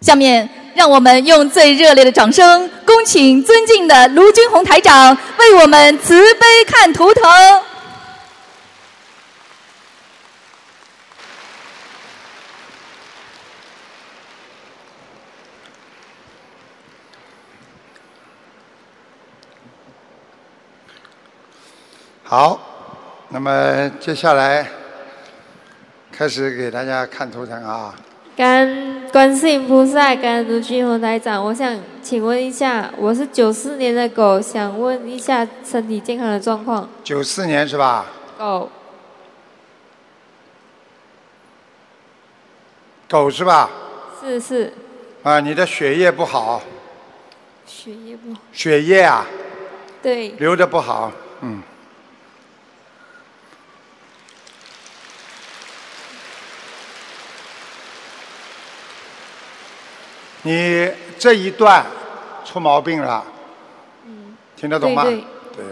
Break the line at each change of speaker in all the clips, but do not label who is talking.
下面，让我们用最热烈的掌声，恭请尊敬的卢军红台长为我们慈悲看图腾。
好，那么接下来开始给大家看图腾啊。
感恩观世音菩萨，感恩卢俊宏台长。我想请问一下，我是九四年的狗，想问一下身体健康的状况。
九四年是吧？
狗
狗是吧？
是是，
啊，你的血液不好，
血液不好。
血液啊
对，
流的不好，嗯。你这一段出毛病了，
嗯
听得懂吗？
对
对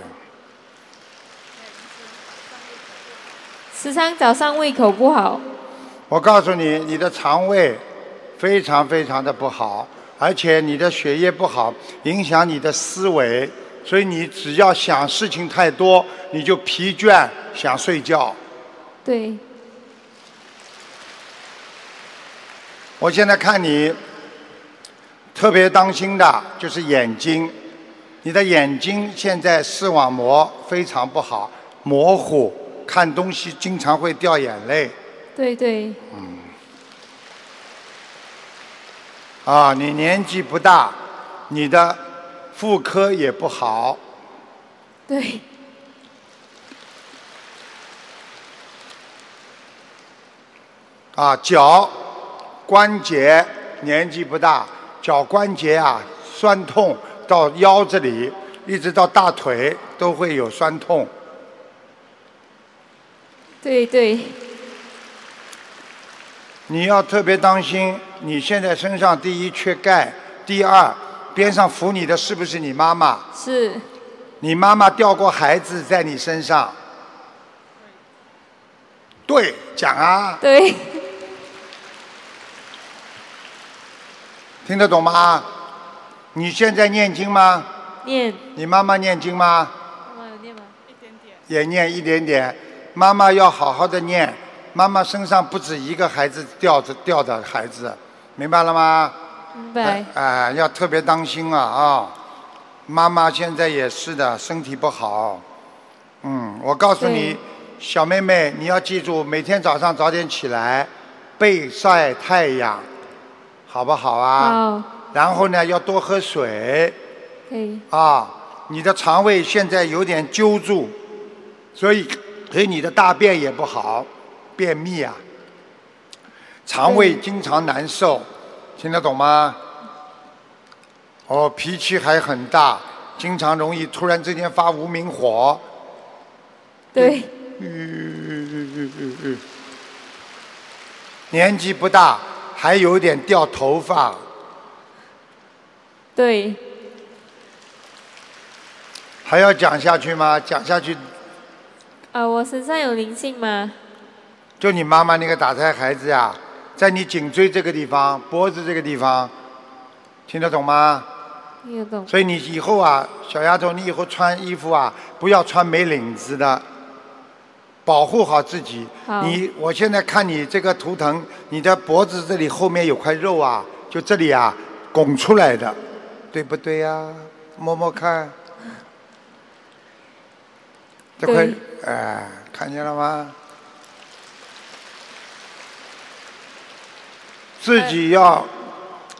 时常早上胃口不好，
我告诉你，你的肠胃非常非常的不好，而且你的血液不好，影响你的思维，所以你只要想事情太多，你就疲倦，想睡觉。
对，
我现在看你特别当心的就是眼睛，你的眼睛现在视网膜非常不好，模糊，看东西经常会掉眼泪。
对对
啊，你年纪不大，你的妇科也不好，
对，
啊，脚关节年纪不大，脚关节啊酸痛到腰这里，一直到大腿都会有酸痛。
对对
你要特别当心，你现在身上第一缺钙，第二边上扶你的是不是你妈妈？
是，
你妈妈掉过孩子在你身上。对，讲啊，
对
听得懂吗？你现在念经吗？
念，
你妈妈念经吗？
妈妈有念吗？
也念一点点。妈妈要好好的念，妈妈身上不止一个孩子掉着掉的孩子，明白了吗？
明白
啊、，哎要特别当心啊啊！妈妈现在也是的，身体不好。嗯，我告诉你
对，
小妹妹，你要记住，每天早上早点起来，背晒太阳，好不好啊？
哦
好，
然后呢，要多喝水。
可以，
啊，你的肠胃现在有点揪住，所以所以你的大便也不好，便秘啊，肠胃经常难受，听得懂吗？哦，脾气还很大，经常容易突然之间发无名火，
对
年纪不大，还有点掉头发，
对，
还要讲下去吗？讲下去
啊，我身上有灵性吗？
就你妈妈那个打胎孩子呀、在你颈椎这个地方、脖子这个地方，听得懂吗？
听得懂，
所以你以后啊，小丫头，你以后穿衣服啊，不要穿没领子的，保护好自己。
好
你我现在看你这个图腾，你的脖子这里后面有块肉啊，就这里啊拱出来的，对不对呀、摸摸看，这块
对
哎、看见了吗？自己要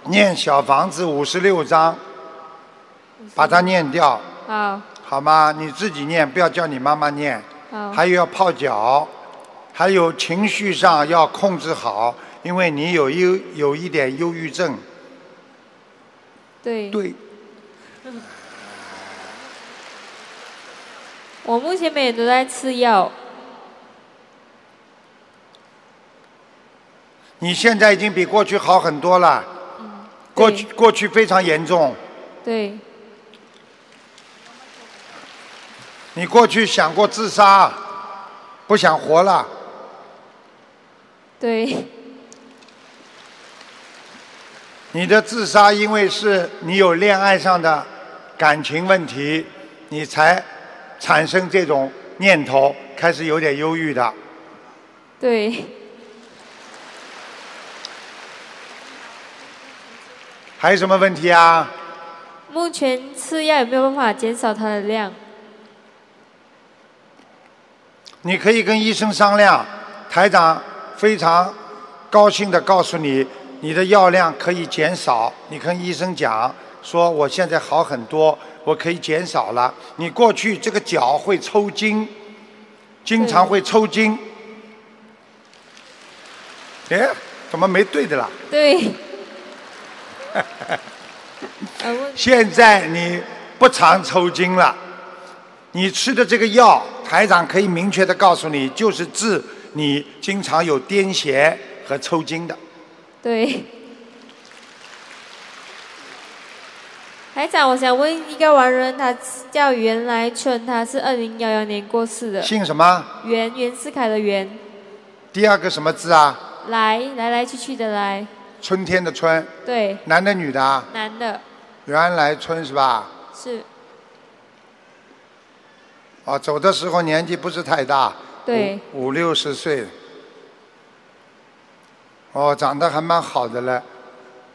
念小房子五十六章，把它念掉，
好，
好吗？你自己念，不要叫你妈妈念。
好，
还有要泡脚，还有情绪上要控制好，因为你有忧有一点忧郁症。
对，
对，
我目前每天都在吃药，
你现在已经比过去好很多了，过去过去非常严重。
对
你过去想过自杀，不想活了。
对
你的自杀因为是你有恋爱上的感情问题，你才产生这种念头，开始有点忧郁的。
对，
还有什么问题啊？
目前吃药也没有办法减少它的量。
你可以跟医生商量。台长非常高兴地告诉你，你的药量可以减少。你跟医生讲，说我现在好很多，我可以减少了。你过去这个脚会抽筋，经常会抽筋。哎，怎么没对的啦？
对。呃问
现在你不常抽筋了，你吃的这个药，台长可以明确的告诉你，就是治你经常有癫痫和抽筋的。
对。台长，我想问一个亡人，他叫袁来春，他是二零幺幺年过世的。
姓什么？
袁袁世凯的袁，
第二个什么字啊？
来来来去去的来，
春天的春，
对，
男的女的啊？
男的，
原来春是吧？
是，
啊，走的时候年纪不是太大，
对，
五五六十岁，哦，长得还蛮好的了，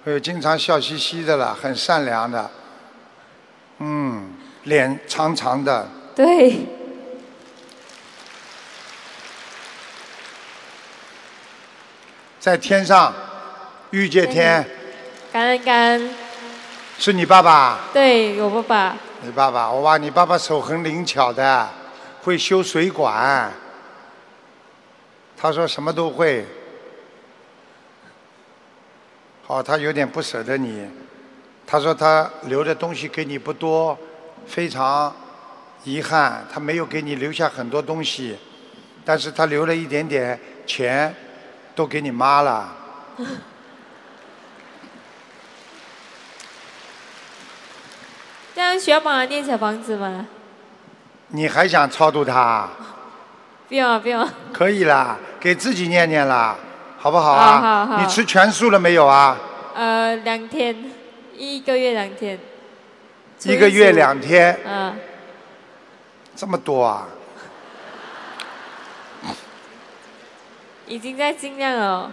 呃，经常笑嘻嘻的了，很善良的，嗯，脸长长的，
对，
在天上遇见天，
感恩感恩，
是你爸爸，
对我爸爸，
你爸爸，哇，你爸爸手很灵巧的，会修水管，他说什么都会，好、哦他有点不舍得你，他说他留的东西给你不多，非常遗憾，他没有给你留下很多东西，但是他留了一点点钱，都给你妈了。
这样需要帮他念小房子吗？
你还想超度他？
不用啊不用啊，
可以啦，给自己念念啦，好不好啊？
好好好
你吃全素了没有啊？
呃，两天，一个月两天，初
一个
十
月
五，
两天，
啊，
这么多啊？
已经在尽量了哦，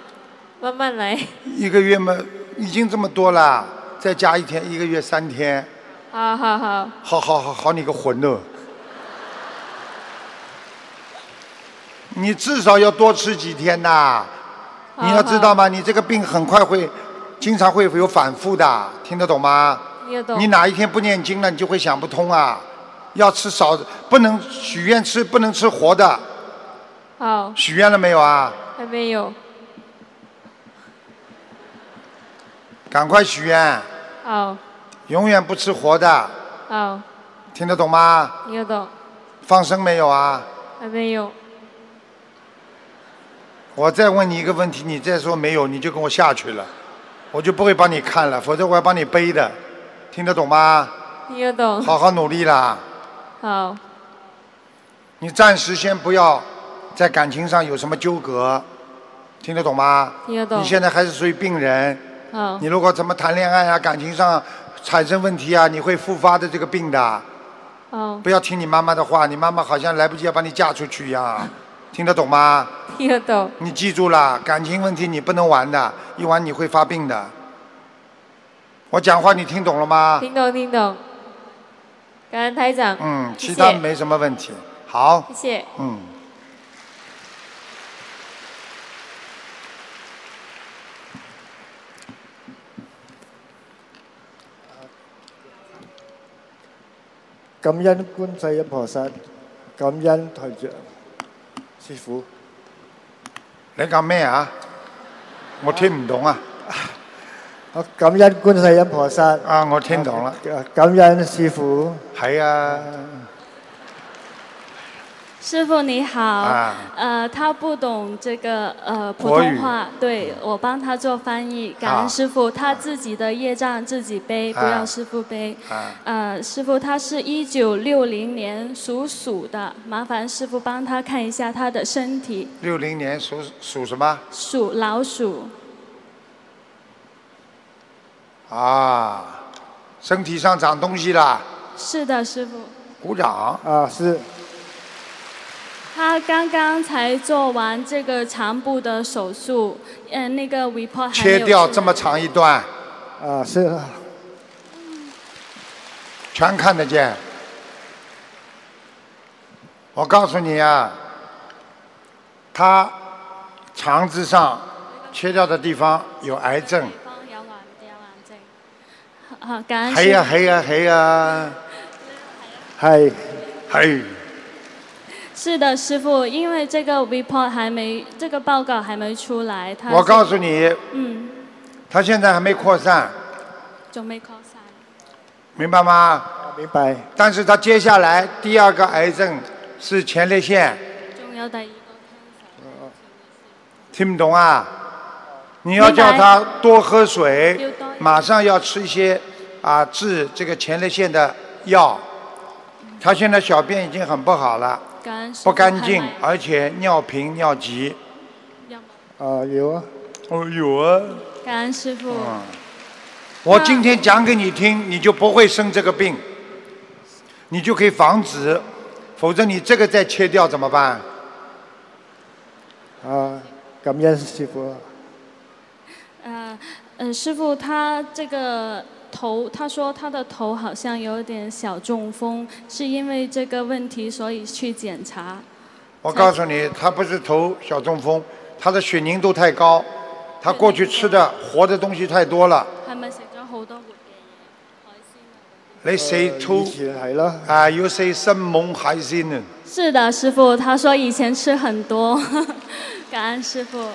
慢慢来，
一个月嘛，已经这么多啦，再加一天，一个月三天，
好好好，
好好好好，你个混哦！你至少要多吃几天呐，
好
你要知道
好
吗？你这个病很快会，经常会有反复的，听得懂吗？
你有懂
你？哪一天不念经了，你就会想不通啊！要吃少，不能许愿吃，不能吃活的。
好，
许愿了没有啊？
还没有，
赶快许愿，
好
永远不吃活的，
好，
听得懂吗？
你有懂？
放生没有啊？
还没有，
我再问你一个问题，你再说没有，你就跟我下去了，我就不会帮你看了，否则我要帮你背的，听得懂吗？
你有懂？
好好努力啦！
好，
你暂时先不要在感情上有什么纠葛，听得懂吗？
你有懂
你？现在还是属于病人，
好
你，如果怎么谈恋爱啊，感情上产生问题啊，你会复发的这个病的。
好，
不要听你妈妈的话，你妈妈好像来不及要把你嫁出去一 样，听得懂吗？
你有懂？
你记住了，感情问题你不能玩的，一玩你会发病的。我讲话你听懂了吗？
听懂听懂，感恩台长，
嗯，其
谢
他
谢
没什么问题。好，
谢谢。
嗯。
感恩觀世音菩薩，感恩台長師傅。
你讲咩啊？我听唔懂啊！
我感恩觀世音菩薩，
啊，我聽懂啦。
感恩師傅，
係啊，
师傅你好，
啊
呃，他不懂这个呃普
国语
通话，对我帮他做翻译，感
啊
恩师傅，他自己的业障自己背，
啊
不要师傅背。
啊，
呃，师傅他是一九六零年属鼠的，麻烦师傅帮他看一下他的身体，
六零年属属什么？
属老鼠，
啊，身体上长东西啦，
是的，师傅，
鼓掌。
啊，是
他刚刚才做完这个肠部的手术，嗯、那个 report 还没有
切掉
出
这么
来
长一段，
啊，是啊
全看得见。我告诉你啊，他肠子上切掉的地方有癌症，
方有癌有癌症。好，啊感恩
嘿呀
师
嘿呀嘿呀，
係
嘿，
是的，师傅，因为这个 report 还没，这个报告还没出来，他
我告诉你，
嗯，
他现在还没扩散，
仲未確晒，
明白吗？
明白
但是他接下来第二个癌症是前列腺，
仲有第二個
听不懂啊？你要
明白
叫他多喝水
要多，
马上要吃一些啊治这个前列腺的药。他现在小便已经很不好了，
感恩师傅
不干净
拍卖，
而且尿频尿急。
有冇
啊，有啊，
哦，有啊。
感恩师傅，
我今天讲给你听，你就不会生这个病，你就可以防止，否则你这个再切掉怎么办？
啊，感恩師傅啊，
呃，呃，师傅他这个头，他说他的头好像有点小中风，是因为这个问题，所以去检查。
我告诉你，他不是头小中风，他的血凝度太高，他过去吃的活的东西太多了。
係咪食咗好多活嘅嘢？海鮮啊
你食
以
醋
前係啦，
啊，要食生猛海鮮啊！
是的，师傅，他说以前吃很多， 感恩师傅。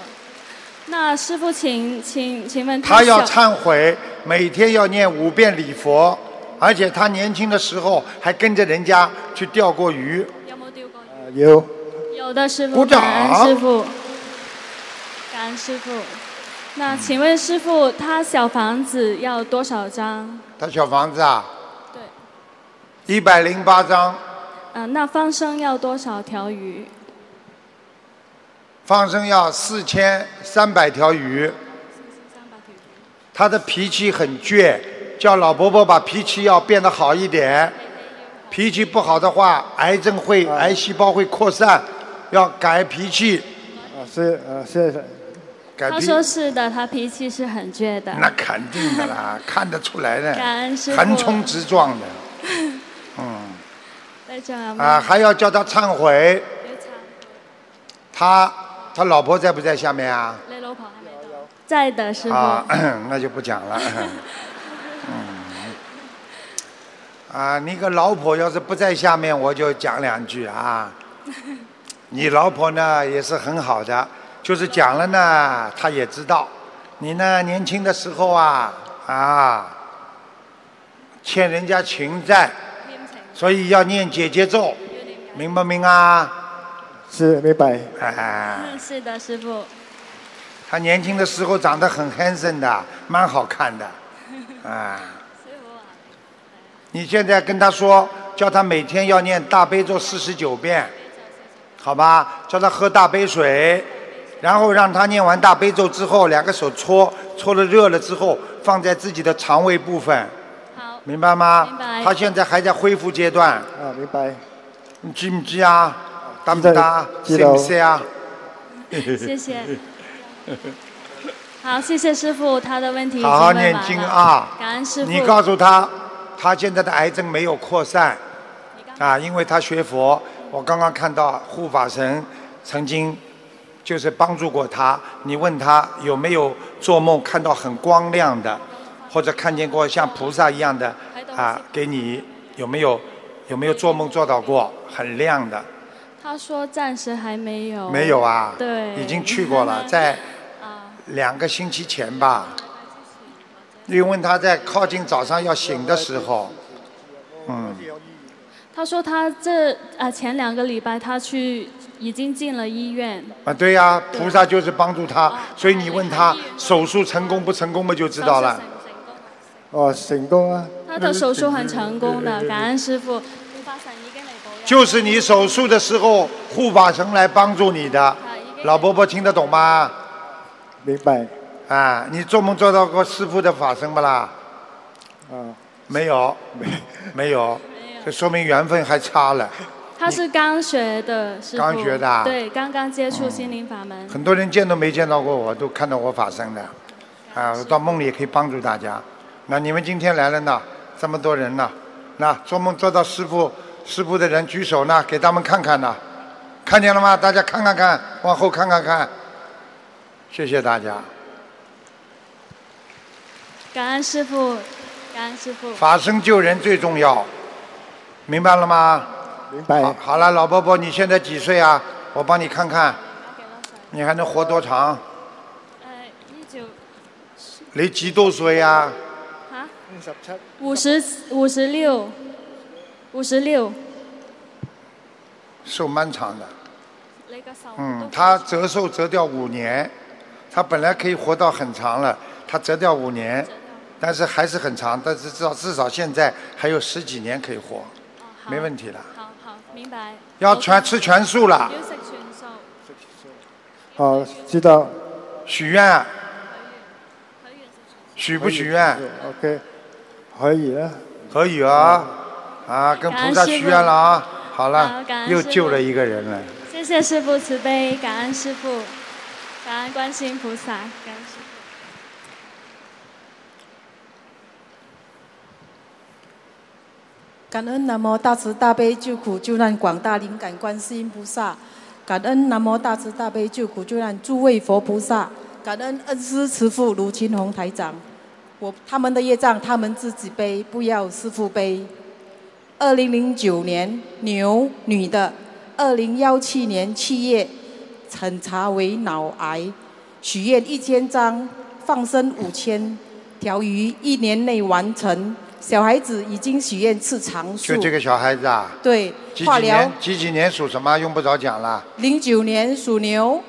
那师傅，请请请问
他要
小
忏悔，每天要念五遍礼佛，而且他年轻的时候还跟着人家去钓过鱼。呃
有冇丢过鱼？
啊有
有的师傅，
鼓掌
嗯感恩师傅，感恩师傅。那请问师傅，他小房子要多少张？
他小房子啊，
对，
一百零八张，
呃，那放生要多少条鱼？
放生要四千三百条鱼。他的脾气很倔，叫老伯伯把脾气要变得好一点。脾气不好的话，癌症会癌细胞会扩散，要改脾气，
啊，是啊，謝謝
改
他
脾。
说是的，他脾气是很倔的。
那肯定的 啦，看得出来的，
感恩师父
横冲直撞 的嗯
在这儿
啊！
吗？
还要叫他忏悔，
有茶
他他老婆在不在下面啊？
你老婆还没到？在的，师傅。
啊， 那就不讲了。 嗯，啊，你个老婆要是不在下面，我就讲两句 啊。你老婆呢也是很好的，就是讲了呢，她也知道。你呢年轻的时候啊啊，欠人家情债，所以要念姐姐咒，明不明啊？
是明白
啊。
嗯，是的，师傅。
他年轻的时候长得很 handsome 的，蛮好看的， 啊。你现在跟他说，叫他每天要念大悲咒四十九遍，好吧？叫他喝大杯水，然后让他念完大悲咒之后，两个手搓，搓了热了之后，放在自己的肠胃部分，
好，
明白吗？
明白
他现在还在恢复阶段，
啊，明白
你记不记啊？答不答？
记
信
得
不信啊？
谢谢。 好，谢谢师傅，他的问题已经
好好
问完
念
了
经啊！
感恩师傅。
你告诉他，他现在的癌症没有扩散啊，因为他学佛。我刚刚看到护法神曾经就是帮助过他。你问他有没有做梦看到很光亮的，或者看见过像菩萨一样的啊？给你有没有有没有做梦做到过很亮的？
他说暂时还没有。
没有啊？
哦对啊
已经去过 了，在两个星期前吧。因为他在靠近早上要醒的时候，嗯
他说他这啊、呃前两个礼拜他去已经进了医院，
啊，对呀、菩萨就是帮助他，
哦
所以你问他手术成功不成功，不就知道了
手术？成成功
哦，成功啊，
他的手术很成功
嗯
的，感恩师傅。护法神已经嚟保佑
就是你手术的时候，护法神来帮助你的。老伯伯听得懂吗？
明白
啊，你做梦做到过师傅的法身不啦？
啊，
没有，没有，这说明缘分还差了。
他是刚学的师傅，
刚学的啊嗯
对，刚刚接触心灵法门。
很多人见都没见到过我，都看到我法身的，啊，我到梦里也可以帮助大家。那你们今天来了呢，这么多人呢，那做梦做到师傅师傅的人举手呢，给他们看看呢，看见了吗？大家看看看，往后看看看，谢谢大家。
感恩师傅，感恩师傅。
法身救人最重要，明白了吗？
明白。
好好了，老伯伯，你现在几岁啊？我帮你看看，你还能活多长？
呃，一九
你几多岁啊？
啊，
嗯
五十七，
五十五十六，五十六。
寿蛮长的，
那个手
嗯
都，
他折寿折掉五年，他本来可以活到很长了，他折掉五年，但是还是很长，但是至少至少现在还有十几年可以活，没问题了。
哦好好明白。
要全吃全素了，
要食全素，
好，知道。
许愿，啊许不许愿？
OK，可以嗯了。
可以啊，啊，跟菩萨许愿了啊。好
好
了
感，恩
又
师
救
父
了一个人了。
谢谢师傅慈悲，感恩师傅，感恩观世音菩萨，感恩师父
感恩南无大慈大悲救苦救难广大灵感观世音菩萨，感恩南无大慈大悲救苦救难诸位佛菩萨，感恩恩师慈父卢清红台长。我他们的业障他们自己背，不要师父背。二零零九年牛女的，二零幺七年七月诊查为脑癌，许愿一千张，放生五千条鱼，一年内完成。小孩子已经许愿吃长素
就，这个小孩子啊，
对，
几
化
几
疗
年几几年属什么？用不着讲了。
零九年属牛，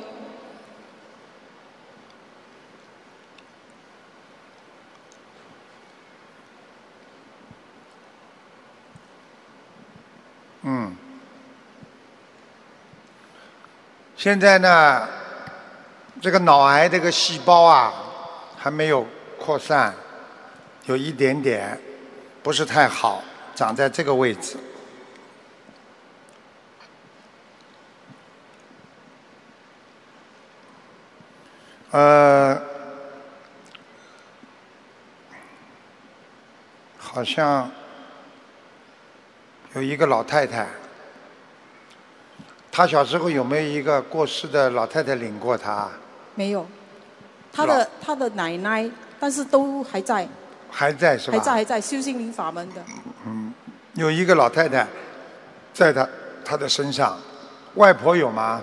嗯，现在呢，这个脑癌这个细胞啊，还没有扩散，有一点点，不是太好，长在这个位置。呃，好像有一个老太太，她小时候有没有一个过世的老太太领过她？
没有，他的他的奶奶，但是都还在，
还在是吧？
还在还在修心灵法门的，
有一个老太太，在她她的身上，外婆有吗？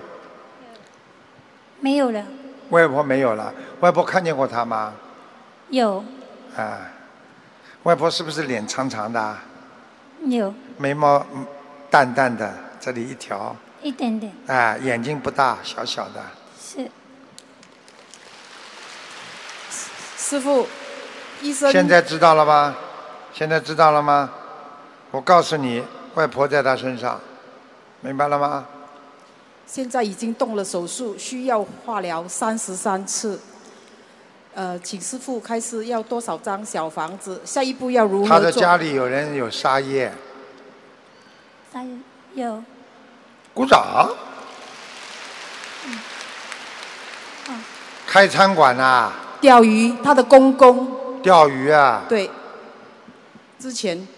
没有了，
外婆没有了，外婆看见过她吗？
有
啊，外婆是不是脸长长的啊，
有
眉毛嗯淡淡的，这里一条，
一点点
啊，眼睛不大，小小的，
是
师傅，医生
现在知道了吧？现在知道了吗？我告诉你，外婆在她身上，明白了吗？
现在已经动了手术，需要化疗三十三次。呃，请师傅开始要多少张小房子？下一步要如何做？
她的家里有人有沙叶，
三有
鼓掌。开餐馆呐、啊
钓鱼，他的公公
钓鱼啊，
对，之前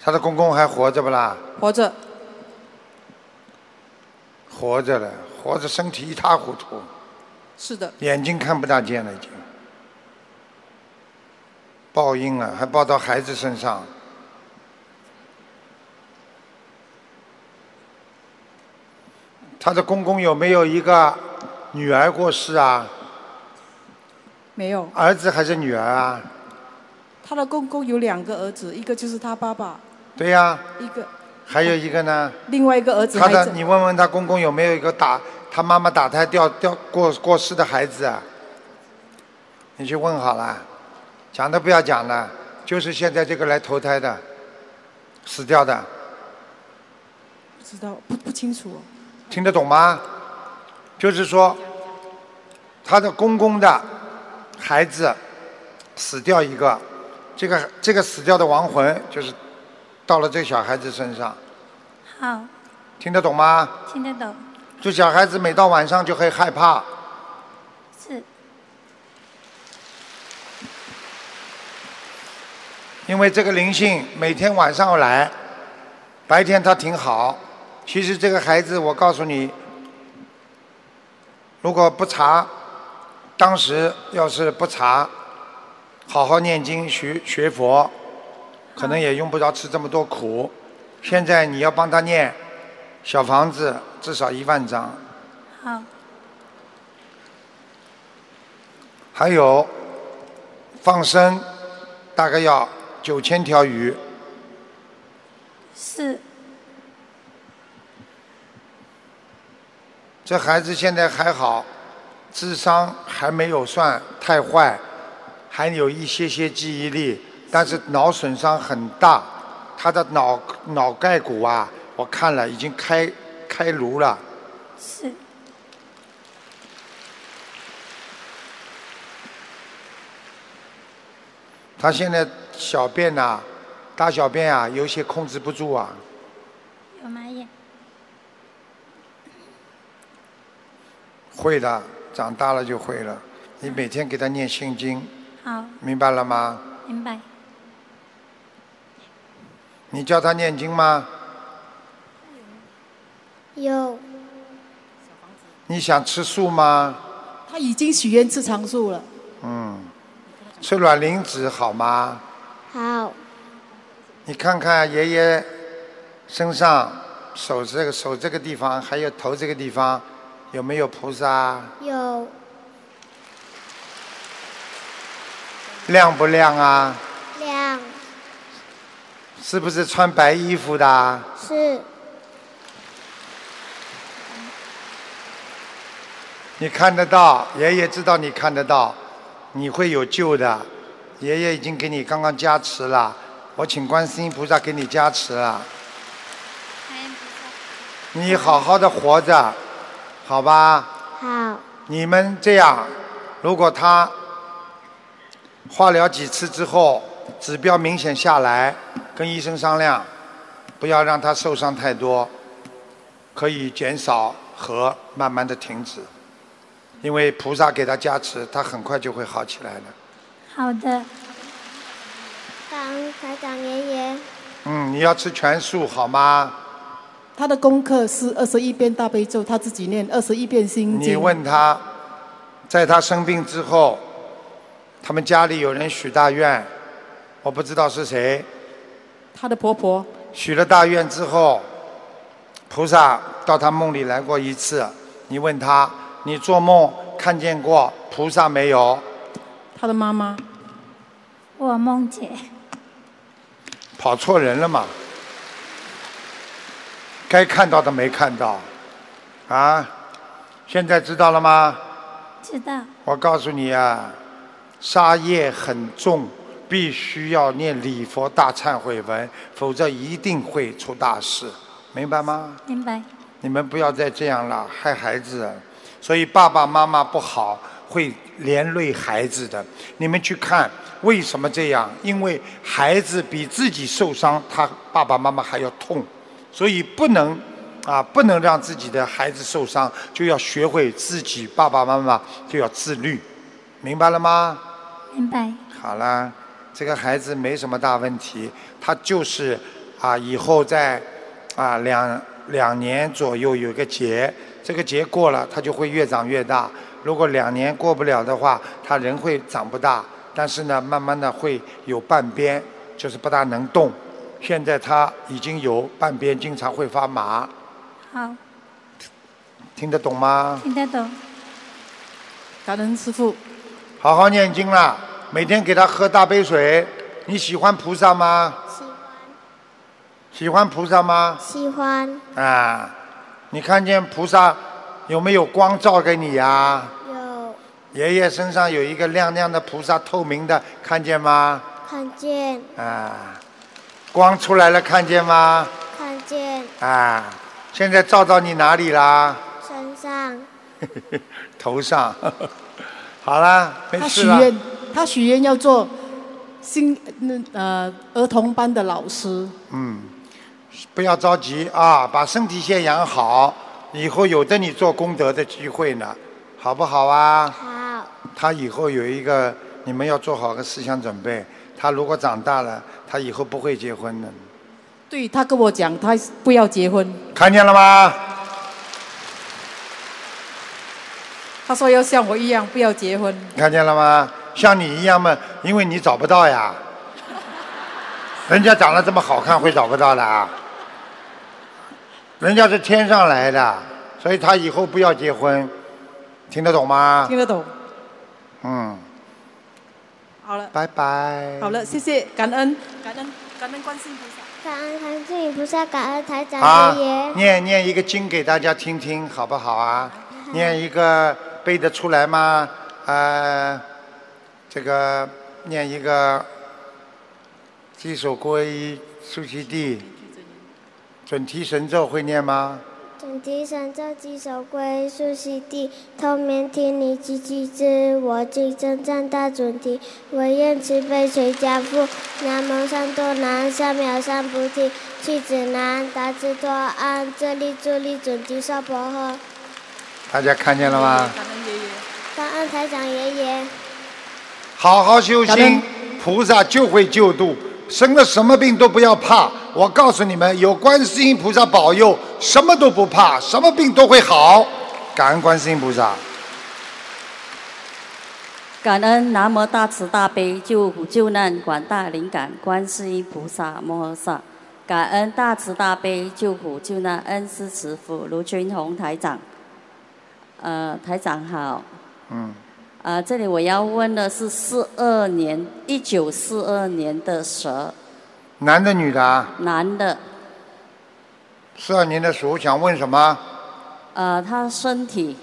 她的公公还活着不啦？
活着，
活着了，活着身体一塌糊涂，
是的，
眼睛看不大见了已经。报应啊，还报到孩子身上。她的公公有没有一个女儿过世啊？
没有。
儿子还是女儿啊？
他的公公有两个儿子，一个就是他爸爸，
对呀、
一个
还有一个呢。
另外一个儿子
他
还
的，
在
你问问他公公有没有一个打他妈妈打胎掉掉过过世的孩子啊？你去问好了，讲都不要讲了，就是现在这个来投胎的，死掉的，
不知道不不清楚、哦。
听得懂吗？就是说，他的公公的孩子死掉一个，这个这个死掉的亡魂就是到了这个小孩子身上，
好，
听得懂吗？
听得懂，
这小孩子每到晚上就会害怕，
是
因为这个灵性每天晚上来，白天他挺好。其实这个孩子，我告诉你，如果不查，当时要是不查，好好念经学学佛，可能也用不着吃这么多苦。现在你要帮他念小房子，至少一万张。
好，
还有放生，大概要九千条鱼。
是
这孩子现在还好，智商还没有算太坏，还有一些些记忆力，但是脑损伤很大，他的脑脑盖骨啊，我看了已经开开颅了。
是
他现在小便呐、大小便啊，有些控制不住啊。
有蚂蚁，
会的，长大了就会了。你每天给他念心经，
好，
明白了吗？
明白，
你教他念经吗？
有
你想吃素吗？
他已经许愿吃长寿了，
嗯，吃卵磷脂好吗？
好
你看看爷爷身上、手这个手这个地方，还有头这个地方，有没有菩萨？
有
亮不亮啊？
两
是不是穿白衣服的啊？
是
你看得到，爷爷知道你看得到，你会有救的。爷爷已经给你刚刚加持了，我请观世音菩萨给你加持了。你好好的活着，好吧？
好
你们这样，如果他化疗几次之后指标明显下来，跟医生商量，不要让他受伤太多，可以减少和慢慢的停止，因为菩萨给他加持，他很快就会好起来的。
好的，
感恩台长爷爷
嗯，你要吃全素好吗？
他的功课是二十一遍大悲咒，他自己念二十一遍心经。
你问他，在他生病之后，他们家里有人许大愿，我不知道是谁，
他的婆婆，
许了大愿之后，菩萨到他梦里来过一次。你问他，你做梦看见过菩萨没有？
他的妈妈，
我梦姐，
跑错人了嘛？该看到的没看到，啊？现在知道了吗？
知道，
我告诉你啊，杀业很重，必须要念礼佛大忏悔文，否则一定会出大事，明白吗？
明白，
你们不要再这样了，害孩子。所以爸爸妈妈不好，会连累孩子的。你们去看为什么这样？因为孩子比自己受伤，他爸爸妈妈还要痛，所以不能啊，不能让自己的孩子受伤，就要学会自己爸爸妈妈就要自律，明白了吗？
明白，
好啦，这个孩子没什么大问题，他就是啊，以后在啊两两年左右有个节，这个节过了，他就会越长越大。如果两年过不了的话，他人会长不大，但是呢，慢慢的会有半边，就是不大能动。现在他已经有半边，经常会发麻，
好，
听得懂吗？
听得懂，
感恩师傅，
好好念经啦，每天给他喝大杯水。你喜欢菩萨吗？
喜
喜欢菩萨吗？
喜欢
啊，你看见菩萨有没有光照给你呀、
有
爷爷身上有一个亮亮的菩萨，透明的，看见吗？
看见
啊，光出来了，看见吗？
看见
啊，现在照到你哪里啦？
身上
头上。好啦，没
他
事
许
了。
愿，他许愿要做新那呃儿童班的老师。
嗯，不要着急啊，把身体先养好，以后有的你做功德的机会呢，好不好啊？好。他以后有一个，你们要做好个思想准备。他如果长大了，他以后不会结婚的，
对他跟我讲，他不要结婚，
看见了吗？
他说要像我一样不要结婚。
看见了吗？像你一样嘛，因为你找不到呀。人家长得这么好看，会找不到的啊？人家是天上来的，所以他以后不要结婚，听得懂吗？
听得懂。
嗯，
好了，
拜拜。
好了，谢谢，感恩，感恩，感恩观世音菩萨。
感恩观世音菩萨，感恩台
啊
长爷爷，。
念念一个经给大家听听，好不好啊？念一个背得出来吗？呃，这个念一个“稽首皈依，苏悉地”，准提神咒会念吗？
准提神咒稽首归宿悉地，透明天尼及其之，我今称赞大准提，唯愿慈悲垂家父。南无上多南三藐三菩提，去指南达智多安，这利助利准提娑婆诃。
大家看见了吗？
感恩台长爷爷，
好好修心，菩萨就会救度。生了什么病都不要怕，我告诉你们，有观世音菩萨保佑，什么都不怕，什么病都会好。感恩观世音菩萨。
感恩南无大慈大悲救苦救难广大灵感观世音菩萨摩诃萨，感恩大慈大悲救苦救难恩师慈父卢军宏台长。呃，台长好。
嗯。
呃，这里我要问的是四二年，一九四二年的蛇，
男的女的啊？
男的，
四二年的鼠想问什么？
呃，他身体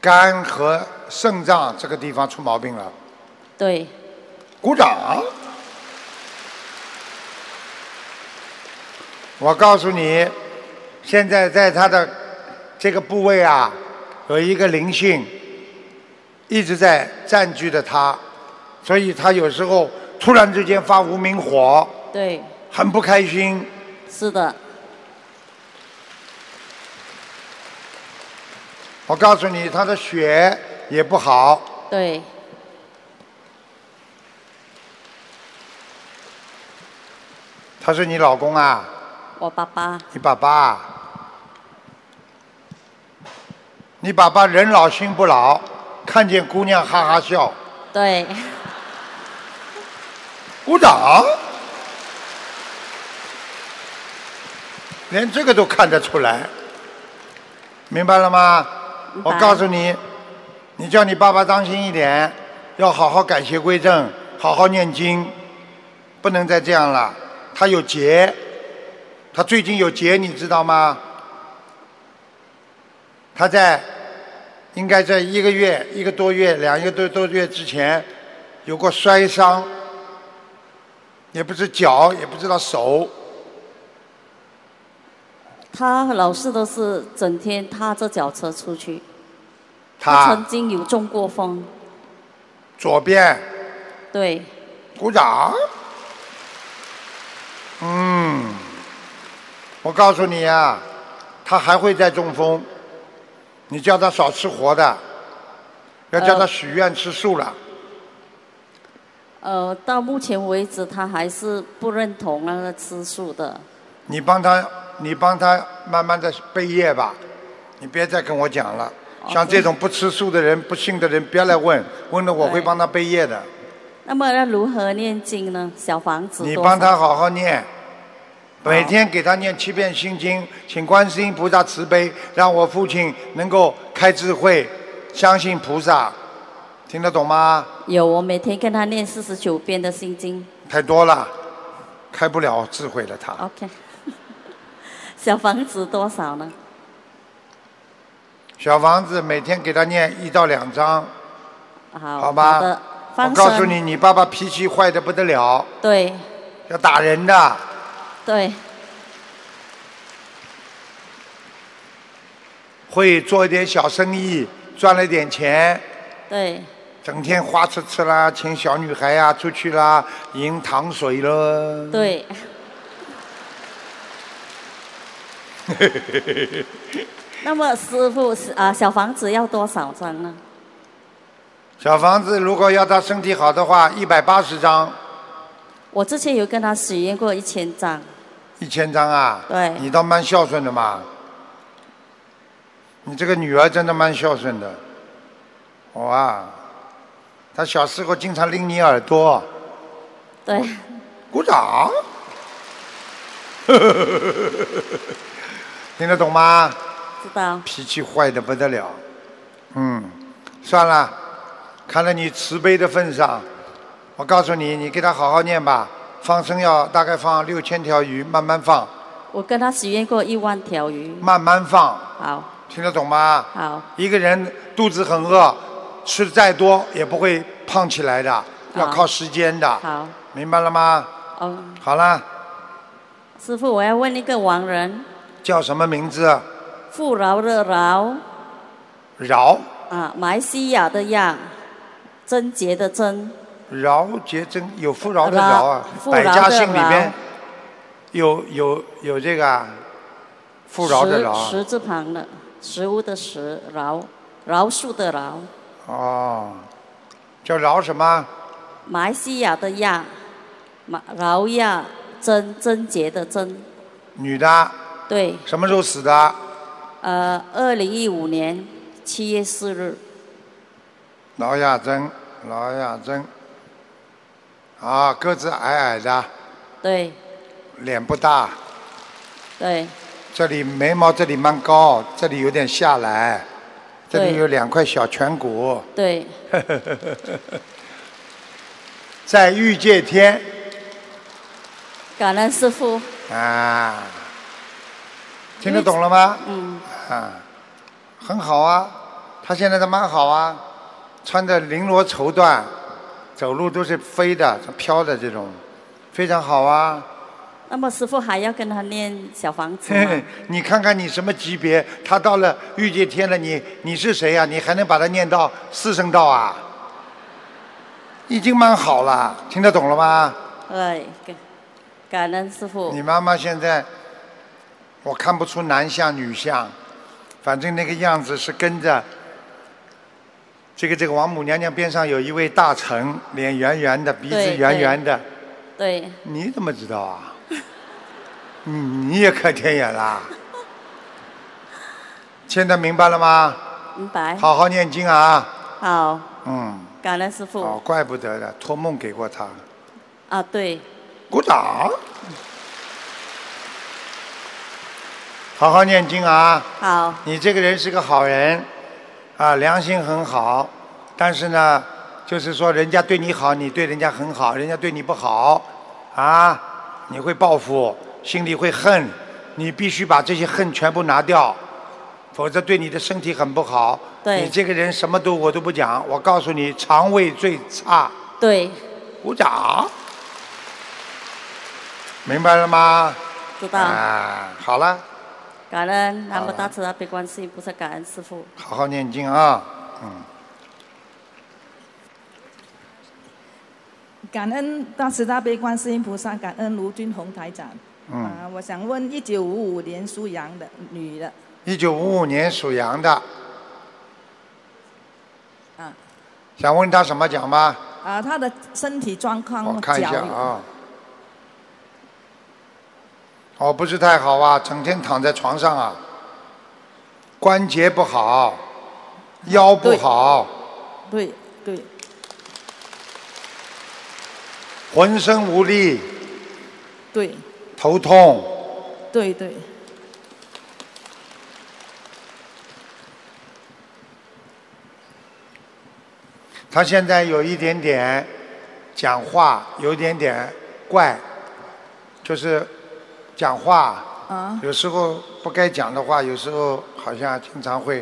肝和肾脏这个地方出毛病了。
对，
鼓掌。啊我告诉你，现在在他的这个部位啊，有一个灵性一直在占据着他，所以他有时候突然之间发无名火，
对，
很不开心。
是的，
我告诉你，他的血也不好，
对，
他是你老公啊。
我爸爸，
你爸爸，你爸爸人老心不老，看见姑娘哈哈笑，
对，
鼓掌。连这个都看得出来，明白了吗？我告诉你，你叫你爸爸当心一点，要好好改邪归正，好好念经，不能再这样了。他有劫，他最近有劫，你知道吗？他在应该在一个月、一个多月、两个多多月之前有过摔伤，也不是脚，也不知道手。
他老是都是整天踏着脚车出去。
他
曾经有中过风，
左边
对，
鼓掌。嗯，我告诉你啊，他还会再中风。你叫他少吃活的，要叫他许愿吃素了。
呃，到目前为止他还是不认同那个吃素的，
你帮他，你帮他慢慢的背业吧，你别再跟我讲了。像这种不吃素的人、不信的人，不要来问，问了我会帮他背业的。
那么要如何念经呢？小房子
你
多
帮
少
他好好念，每天给他念七遍心经，请观世音菩萨慈悲，让我父亲能够开智慧，相信菩萨，听得懂吗？
有，我每天跟他念四十九遍的心经。
太多了，开不了智慧了他。
OK，小房子多少呢？
小房子每天给他念一到两章，
好，
好吧？
的，
我
放
告诉
生
你，，你爸爸脾气坏的不得了，
对
要打人的。
对，
会做一点小生意，赚了点钱，
对，
整天花痴痴啦，请小女孩呀、出去啦，饮糖水了。
对，那么师傅是啊，小房子要多少张呢？
小房子如果要他身体好的话，一百八十张，
我之前有跟他许愿过一千张，
一千张啊。
对
你倒蛮孝顺的嘛。你这个女儿真的蛮孝顺的，哇！她小时候经常拎你耳朵，
对，
鼓掌。 听得懂吗？
知道。
脾气坏的不得了，嗯，算了，看在你慈悲的份上，我告诉你，你给他好好念吧，放生要大概放六千条鱼，慢慢放，
我跟他许愿过一万条鱼。
慢慢放，
好，
听得懂吗？
好，
一个人肚子很饿，吃再多也不会胖起来的，要靠时间的，
好，
明白了吗？
哦，
好了，
师傅，我要问一个亡人，
叫什么名字？
富饶的饶
饶
啊，马来西亚的亚，贞洁的贞，
饶杰真有富饶的饶啊
饶，富
百
饶
家
的
姓里
饶
边有有有这个啊，富饶的饶啊。
石石字旁的，食物的食，饶饶恕的饶，
哦，叫饶什么？
马来西亚的亚，马饶亚贞贞洁的贞，
女的，
对，
什么时候死的？
呃，二零一五年七月四日，
劳亚珍，劳亚珍。啊，个子矮矮的，
对
脸不大，
对
这里眉毛这里蛮高，这里有点下来，这里
对
有两块小颧骨。
对，
在欲界天
感恩师傅，
啊，听得懂了吗？
嗯，
啊，很好啊，他现在都蛮好啊，穿着绫罗绸缎，走路都是飞的、飘的这种，非常好啊。
那么师傅还要跟他念小房子吗？
你看看你什么级别，他到了欲界天了，你你是谁呀、啊你还能把他念到四圣道啊？已经蛮好了，听得懂了吗？
对，哎感感恩师傅。
你妈妈现在，我看不出男相女相，反正那个样子是跟着这个这个王母娘娘边上有一位大臣，脸圆圆的，鼻子
对
圆圆的，
对，
你怎么知道啊？你你也看天眼啦？现在明白了吗？
明白。
好好念经啊！
好，
嗯，
感恩师
哦
傅。，
怪不得的，托梦给过他。
啊，对，
鼓掌。好好念经啊！
好，
你这个人是个好人，啊，良心很好，但是呢，就是说人家对你好，你对人家很好，人家对你不好，啊，你会报复，心里会恨，你必须把这些恨全部拿掉，否则对你的身体很不好。
对
你这个人什么都我都不讲，我告诉你，肠胃最差。
对，
鼓掌。明白了吗？
知道。
啊，好了，
感恩南无大慈大悲观世音菩萨，感恩师傅。
好好念经啊。嗯，
感恩大慈大悲观世音菩萨，感恩卢军宏台长。
嗯
啊，我想问，一九五五年属羊的女的，
一九五五年属羊的，
啊
想问他什么讲吗？
啊，她的身体状况，
我看一下
脚有
啊。哦，不是太好啊，整天躺在床上啊，关节不好，腰
嗯
不
对
好，
对对
浑身无力，
对
头痛，
对对，
他现在有一点点讲话有一点点怪，就是讲话
啊
有时候不该讲的话，有时候好像经常会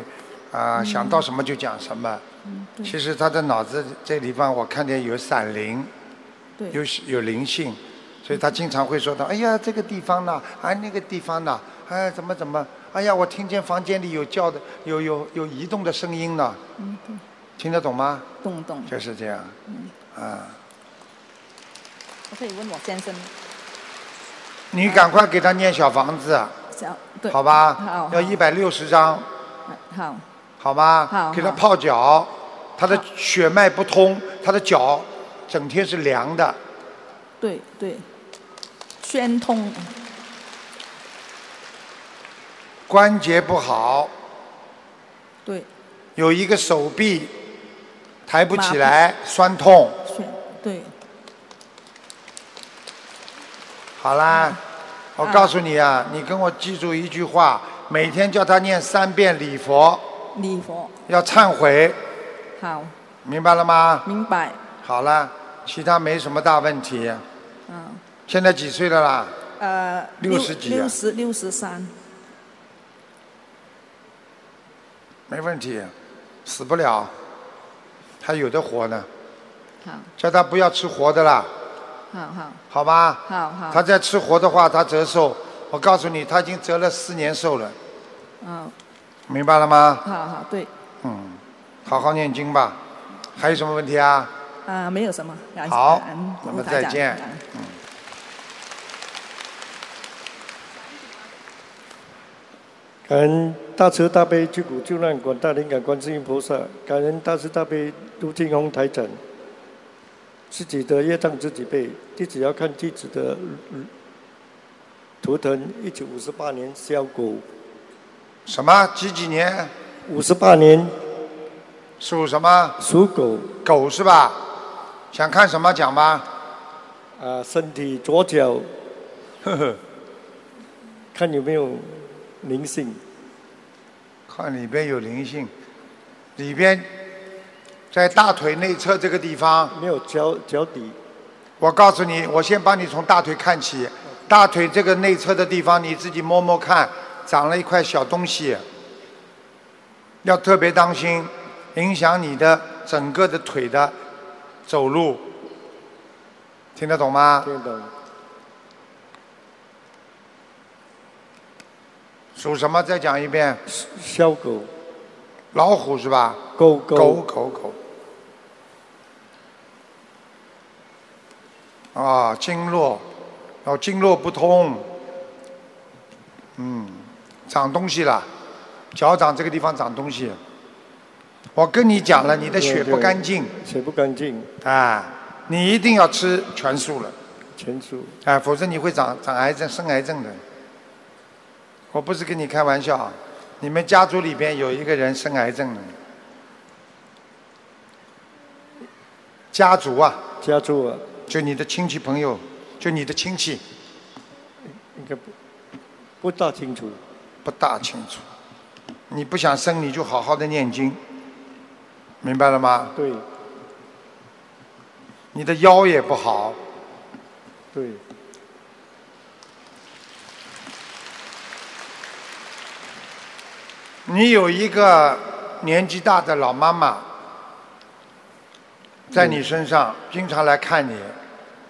啊、
嗯
想到什么就讲什么。
嗯对
其实他的脑子这地方我看见有闪灵，
对
有有灵性，所以他经常会说到：“哎呀，这个地方呢，哎那个地方呢，哎怎么怎么，哎呀，我听见房间里有叫的，有有有移动的声音呢。
嗯对”
听得懂吗？
懂懂。
就是这样，啊，
我可以问我先生，
你赶快给他念小房子，
小对，
好吧？
好，
要一百六十张，
好，
好吗？
好
给他
好
泡脚，他的血脉不通，他的脚整天是凉的，
对对，宣通，
关节不好，
对，
有一个手臂抬不起来，酸痛。
宣对，
好
嗯
啦，我告诉你啊，你跟我记住一句话，每天叫他念三遍礼佛，
礼佛，
要忏悔，
好，
明白了吗？
明白。
好了，其他没什么大问题。啊
嗯，
现在几岁了啦？
呃，
六十几啊
六十六十三，
没问题，死不了，还有的活呢。
好，
叫他不要吃活的啦，
好好
好吗？
好好，
他再吃活的话，他折寿。我告诉你，他已经折了四年寿了，
嗯，
明白了吗？
好好对，
嗯，好好念经吧。还有什么问题啊？
啊，没有什么，感谢
好
感恩，
那
卢
么
台
再
长
见。嗯。
感恩大慈大悲救苦救难广大灵感观世音菩萨，感恩大慈大悲卢金红台长。自己的业障自己背，弟子要看弟子的嗯图腾。一九五十八年肖狗，
什么？几几年？
五十八年
属什么？
属狗。
狗是吧？想看什么讲吧？
啊、身体左脚，
呵呵，
看有没有灵性。
看里边有灵性，里边在大腿内侧这个地方。
没有脚脚底。
我告诉你，我先帮你从大腿看起，大腿这个内侧的地方你自己摸摸看，长了一块小东西，要特别当心，影响你的整个的腿的走路。听得懂吗？
听得懂。
属什么？再讲一遍。
肖狗。
老虎是吧？
狗
狗狗狗。啊，经络，哦，经络不通，嗯，长东西了，脚掌这个地方长东西。我跟你讲了，你的血不干净，
血不干净，
啊，你一定要吃全素了，
全素。
啊，否则你会长长癌症、生癌症的。我不是跟你开玩笑啊，你们家族里边有一个人生癌症了，家族啊，
家族啊，
就你的亲戚朋友，就你的亲戚，
应该不不大清楚。
不大清楚。你不想生，你就好好的念经，明白了吗？
对。
你的腰也不好，
对，
你有一个年纪大的老妈妈，在你身上经常来看你，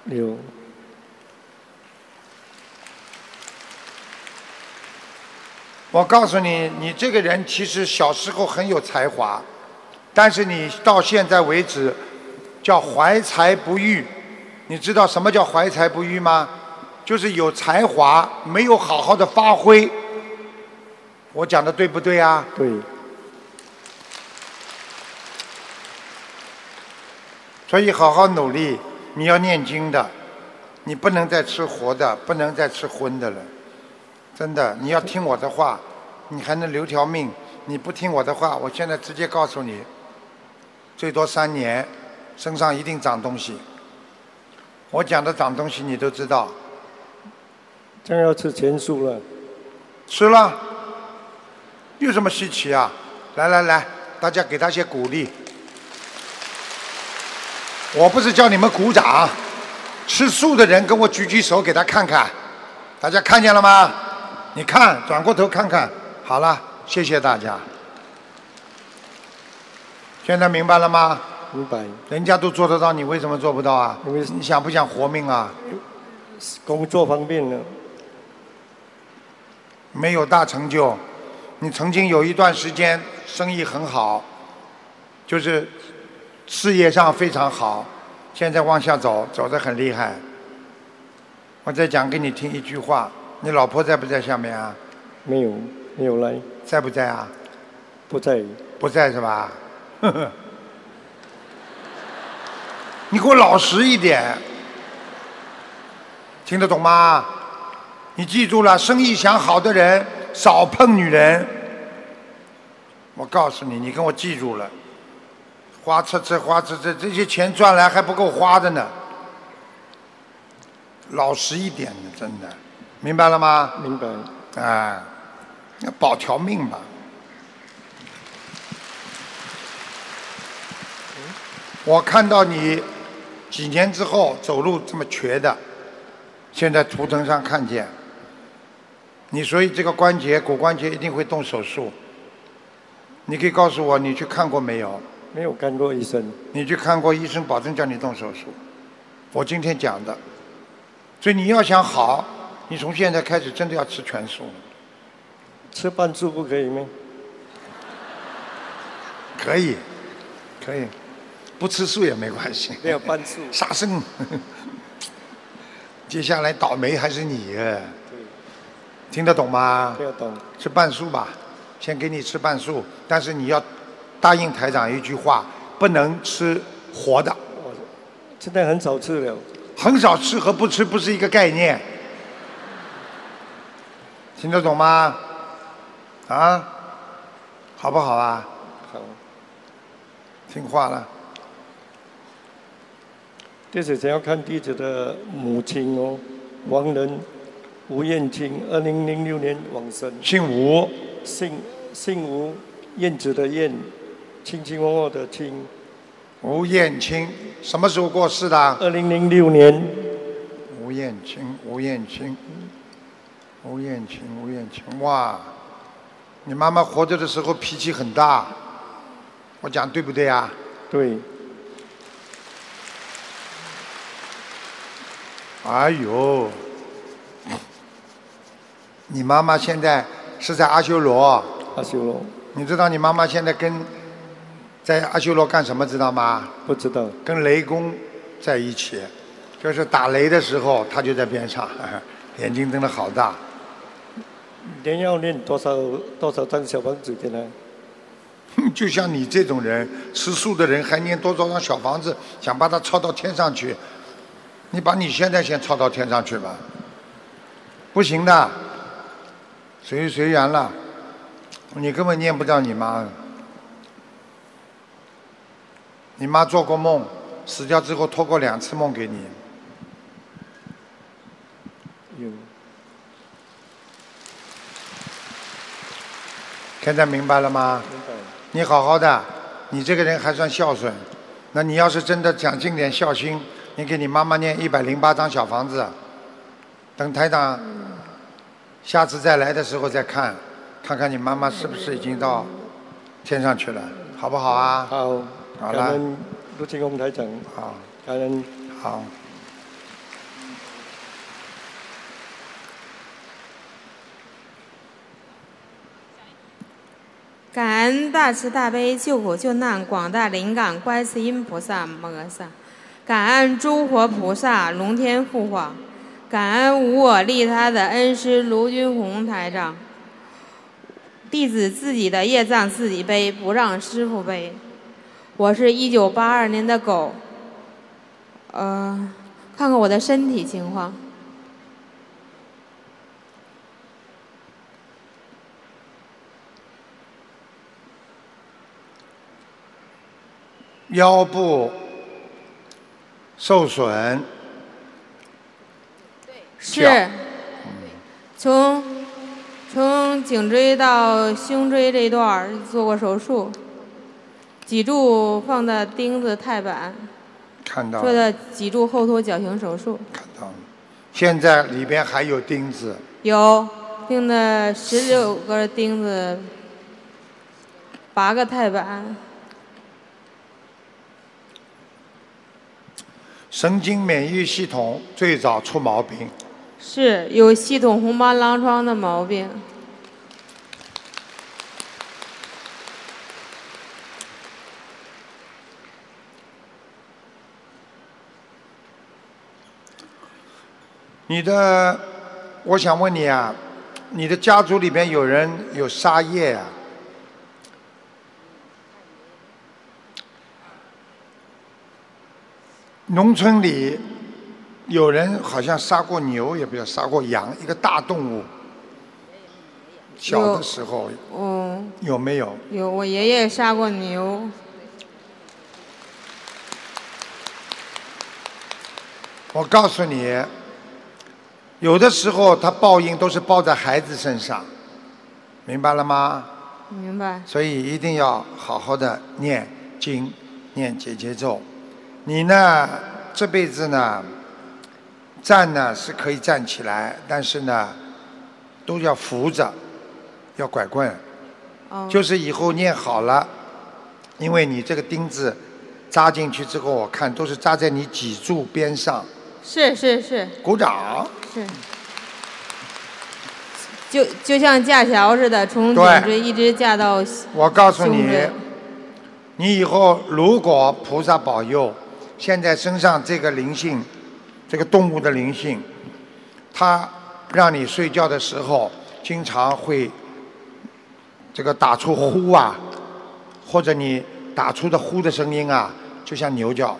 嗯有
我告诉你，你这个人其实小时候很有才华，但是你到现在为止叫怀才不遇。你知道什么叫怀才不遇吗？就是有才华没有好好的发挥。我讲的对不对啊？
对。
所以好好努力，你要念经的，你不能再吃活的，不能再吃荤的了。真的，你要听我的话，你还能留条命。你不听我的话，我现在直接告诉你，最多三年，身上一定长东西。我讲的长东西你都知道，
将要吃全素了。
吃了，有什么稀奇啊？来来来，大家给他些鼓励。我不是叫你们鼓掌，啊吃素的人跟我举举手，给他看看。大家看见了吗？你看，转过头看看。好了，谢谢大家。现在明白了吗？
明白。
人家都做得到，你为什么做不到啊？你想不想活命啊？
工作方面呢，
没有大成就。你曾经有一段时间生意很好，就是事业上非常好，现在往下走，走得很厉害。我再讲给你听一句话，你老婆在不在下面啊？
没有，没有来，
在不在啊？
不在。
不在是吧？ 呵呵。你给我老实一点，听得懂吗？你记住了，生意想好的人少碰女人。我告诉你，你跟我记住了，花车车花车车，这些钱赚来还不够花的呢。老实一点的，真的，明白了吗？
明白。
啊，要保条命吧。我看到你几年之后走路这么瘸的，现在图腾上看见，你所以这个关节骨关节一定会动手术。你可以告诉我你去看过没有？
没有看过医生。
你去看过医生，保证叫你动手术。我今天讲的，所以你要想好，你从现在开始真的要吃全素，
吃半素不可以吗？
可以，可以，不吃素也没关系。
没有半素。
杀生，接下来倒霉还是你，啊听得懂吗？
听得懂。
吃半素吧，先给你吃半素，但是你要答应台长一句话，不能吃活的。
现在很少吃了。
很少吃和不吃不是一个概念，听得懂吗？啊，好不好啊？
好，
听话了。
弟子想要看弟子的母亲哦，王仁吴燕青，二零零六年往生，
姓吴，
姓姓吴，燕子的燕，卿卿我我的卿。
吴燕青什么时候过世的？二
零零六年。
吴燕青，吴燕青，吴燕青，吴燕青，哇！你妈妈活着的时候脾气很大，我讲对不对啊？
对。
哎呦，你妈妈现在是在阿修罗。
阿修罗。
你知道你妈妈现在跟在阿修罗干什么？知道吗？
不知道。
跟雷公在一起，就是打雷的时候，他就在边上， 眼睛睁得好大。
连要念多少多少张小房子给他？
哼就像你这种人，吃素的人还念多少张小房子，想把它抄到天上去。你把你现在先抄到天上去吧，不行的，随随缘了，你根本念不到你妈。你妈做过梦，死掉之后托过两次梦给你，
有。
现在明白了吗？
明白。
你好好的，你这个人还算孝顺。那你要是真的想尽点孝心，你给你妈妈念一百零八张小房子，等台长
嗯
下次再来的时候再看，看看你妈妈是不是已经到天上去了，好不好啊？
好，
好
感
了，
恩陆庆功台长。
好，
感恩。
好。
感恩大慈大悲救苦救难广大灵感观世音菩萨摩诃萨，感恩诸佛菩萨龙天护法，感恩无我利他的恩师卢军宏台长。弟子自己的业障自己背，不让师傅背。我是一九八二年的狗，呃，看看我的身体情况。
腰部受损，
是，从从颈椎到胸椎这一段儿做过手术，脊柱放的钉子钛板，
看到
做
了，
的脊柱后脱矫形手术，
看到了。现在里边还有钉子，
有钉的十六根钉子，八个钛板，
神经免疫系统最早出毛病，
是有系统红斑狼疮的毛病，
你的，我想问你啊，你的家族里边有人有杀业啊？农村里有人好像杀过牛，也不要杀过羊，一个大动物。小的时候
嗯，
有没有？
有我爷爷杀过牛，
我告诉你，有的时候他报应都是报在孩子身上，明白了吗？
明白？
所以一定要好好的念经，念解结咒。你呢，这辈子呢，站呢是可以站起来，但是呢，都要扶着，要拐棍。
哦，
就是以后念好了，因为你这个钉子扎进去之后，我看都是扎在你脊柱边上。
是是是
鼓掌。
是，就就像架桥似的，从
对
颈椎一直架到
我告诉
胸
你
椎，
你以后如果菩萨保佑，现在身上这个灵性，这个动物的灵性，它让你睡觉的时候经常会这个打出呼啊，或者你打出的呼的声音啊，就像牛叫，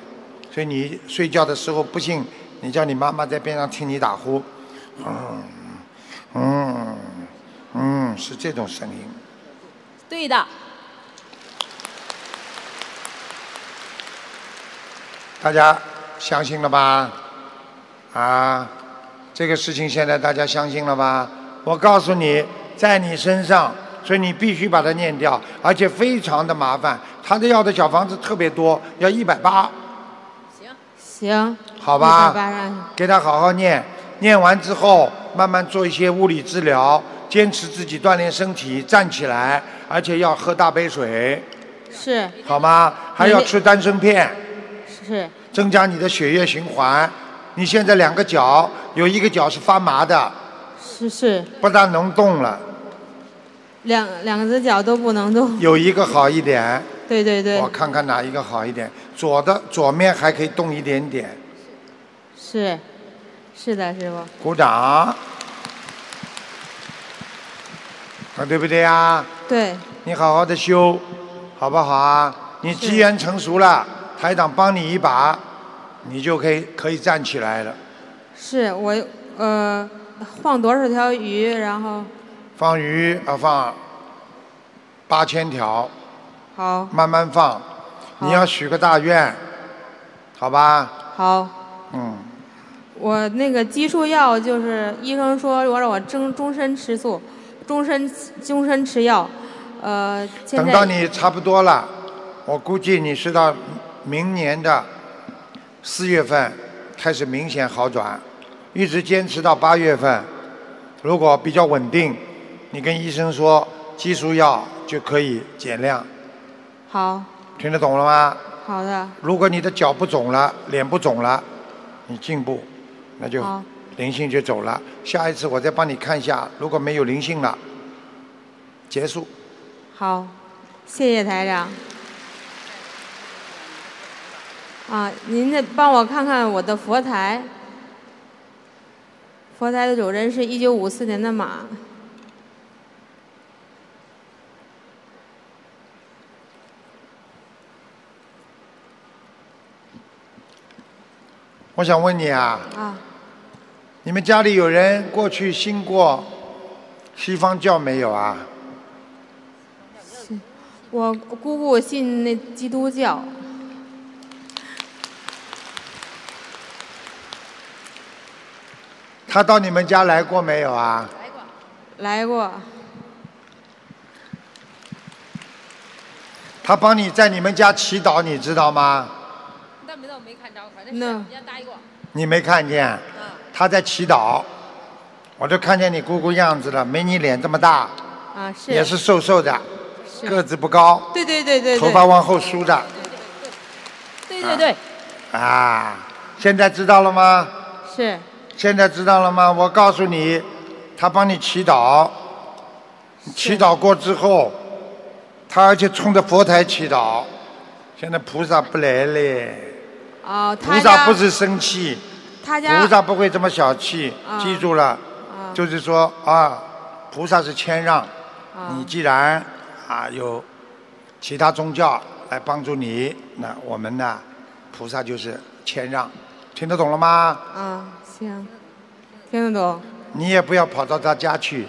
所以你睡觉的时候不信，你叫你妈妈在边上听你打呼，嗯嗯嗯，是这种声音。
对的，
大家相信了吧？啊，这个事情现在大家相信了吧？我告诉你，在你身上，所以你必须把它念掉，而且非常的麻烦。他的要的小房子特别多，要一百八，
行，
好吧
一百八上
给他好好念。念完之后，慢慢做一些物理治疗，坚持自己锻炼身体，站起来，而且要喝大杯水，
是
好吗？还要吃丹参片。
是
增加你的血液循环。你现在两个脚有一个脚是发麻的，
是是，
不大能动了，
两两只脚都不能 动，
有一个好一点。
对对对
我，看看哪一个好一点，左的左面还可以动一点点，
是是的，师傅，
鼓掌。啊，对不对呀、啊？
对，
你好好的修，好不好啊？你机缘成熟了，台长帮你一把，你就可以可以站起来了。
是我呃晃多少条鱼，然后
放鱼啊，放八千条。
好
慢慢放，你要许个大愿，好吧？
好。
嗯，
我那个激素药就是医生说我让我终终身吃素，终身终身吃药，呃，现在
等到你差不多了，我估计你是到明年的四月份开始明显好转，一直坚持到八月份，如果比较稳定，你跟医生说激素药就可以减量，
好
听得懂了吗？
好的
如果你的脚不肿了，脸不肿了，你进步，那就
好
灵性就走了。下一次我再帮你看一下，如果没有灵性了，结束。
好，谢谢台长。啊，您得帮我看看我的佛台，佛台的主人是一九五四年的马，
我想问你啊，
啊，
你们家里有人过去信过西方教没有啊？
我姑姑信那基督教，
他到你们家来过没有啊？
来过，
他帮你在你们家祈祷，你知道吗？
但没到没看着，反正
那
人家答应过。
你没看见？
嗯
他在祈祷，我就看见你姑姑样子了，没你脸这么大，
啊是，
也是瘦瘦的，
是
个子不高。
对对对对，对
头发往后梳的
对对对，
啊！现在知道了吗？
是
现在知道了吗？我告诉你，他帮你祈祷，祈祷过之后，他而且冲着佛台祈祷，现在菩萨不来嘞，
啊，
菩
他
萨
家
不是生气，
他家
菩萨不会这么小气，
啊
记住了，就是说啊，菩萨是谦让，
啊
你既然啊有其他宗教来帮助你，那我们呢，菩萨就是谦让，听得懂了吗？
啊，行，听得懂。
你也不要跑到他家去，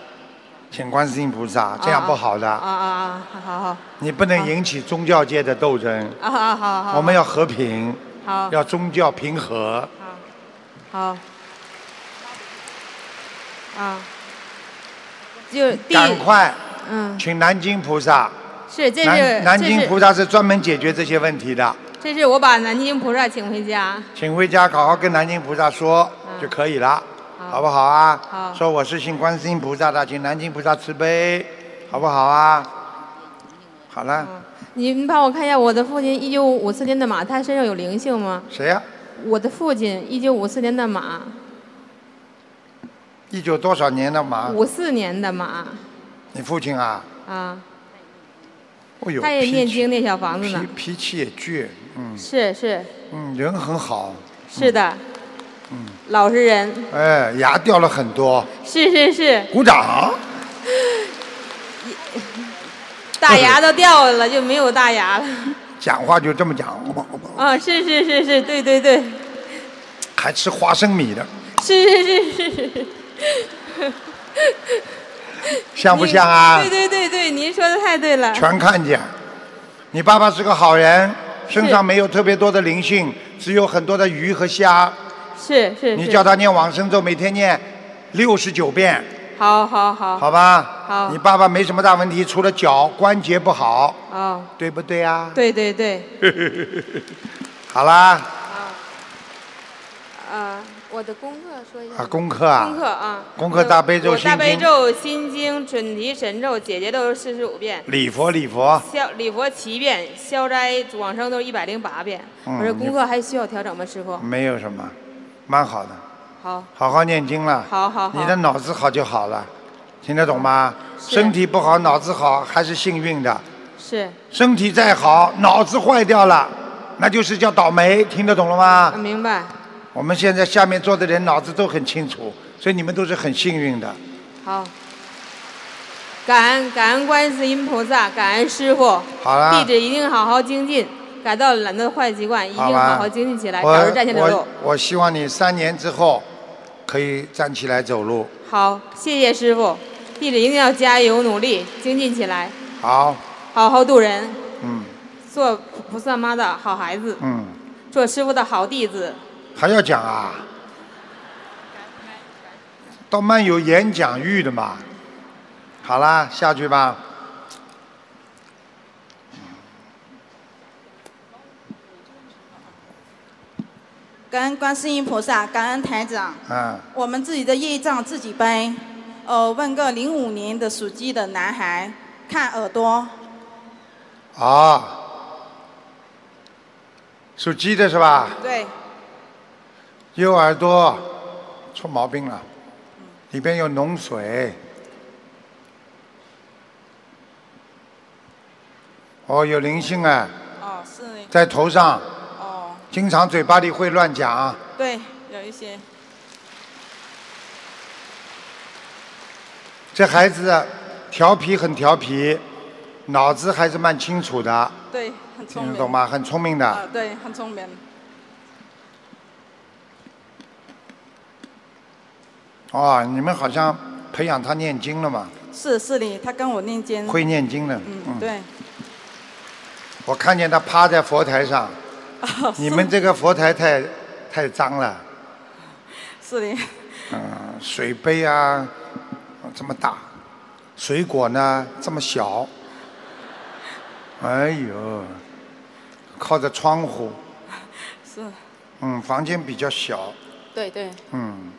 请观世音菩萨，这样不好的，
啊啊啊！好好好
你不能引起宗教界的斗争，
啊好好好。
我们要和平，
好
要宗教平和。
好啊，就是第
赶快
嗯
请南京菩萨，
是这是
南南
这
京
是
菩萨是专门解决这些问题的，
这是我把南京菩萨请回家。
请回家好好跟南京菩萨说就可以了，好不好啊？
啊好
说我是信观世音菩萨的，请南京菩萨慈悲，好不好啊？
嗯
好了，
你们帮我看一下我的父亲一九五四年的马，他身上有灵性吗？
谁啊呀、
我的父亲一九五四年的马，
一九多少年的马？
五四年的马
你父亲啊？
啊，
哦呦，
他也念
脾气
经那小房子呢
脾。脾气也倔，嗯，
是是
嗯，人很好，
是的，
嗯，
老实人，
哎，牙掉了很多，
是是是，
鼓掌。
大牙都掉了，就没有大牙了。
讲话就这么讲，
啊，是是是是，对对对，
还吃花生米的，
是是是是是。
像不像啊？
对对对对，您说的太对了。
全看见。你爸爸是个好人，身上没有特别多的灵性，只有很多的鱼和虾。
是是。
你
是
叫他念往生咒，每天念六十九遍，
好好好。
好。吧？
好
你爸爸没什么大问题，除了脚关节不好，
哦，
对不对啊？
对对对，
好啦，
啊，我的功课说一下。
啊功课啊
功课啊。
功课大悲咒
我大悲
心经
咒、心经、准提神咒、姐姐都是四十五遍。
礼佛礼佛。
消礼佛七遍，消灾往生都是一百零八遍。
嗯
我这
你
功课还需要调整吗，师傅？
没有什么，蛮好的，
好，
好好念经了。
好好好
你的脑子好就好了，听得懂吗？
是
身体不好，脑子好还是幸运的。
是
身体再好，脑子坏掉了，那就是叫倒霉，听得懂了
啊
吗？
明白。
我们现在下面坐的人脑子都很清楚，所以你们都是很幸运的。
好，感恩感恩观世音菩萨，感恩师傅。
好啦
弟子一定好好精进，改掉懒惰坏习惯，一定
好吧
好好精进起来，
我
早日站起来
我
走。
我希望你三年之后可以站起来走路。
好，谢谢师傅，弟子一定要加油努力，精进起来，
好，
好好度人，
嗯
做菩萨妈的好孩子，
嗯，
做师傅的好弟子。
还要讲啊？倒蛮有演讲欲的嘛。好啦，下去吧。
感恩观世音菩萨，感恩台长。
嗯，
我们自己的业障自己背。呃，问个零五年的属鸡的男孩，看耳朵，
啊，属鸡的是吧？
对，
右耳朵出毛病了，里边有脓水。哦，有灵性啊，
哦，是，
在头上，
哦，
经常嘴巴里会乱讲。
对，有一些，
这孩子啊调皮很调皮，脑子还是蛮清楚的，
对，很聪
听
明，
得懂吗？很聪明的。
啊，对，很聪明，
哦，你们好像培养他念经了嘛？
是是的，他跟我念经，
会念经的。
嗯，对，
我看见他趴在佛台上，
哦，
你们这个佛台太太脏了，
是的，
嗯，水杯啊这么大，水果呢这么小，哎呦，靠着窗户，
是，
嗯，房间比较小，
对对，
嗯。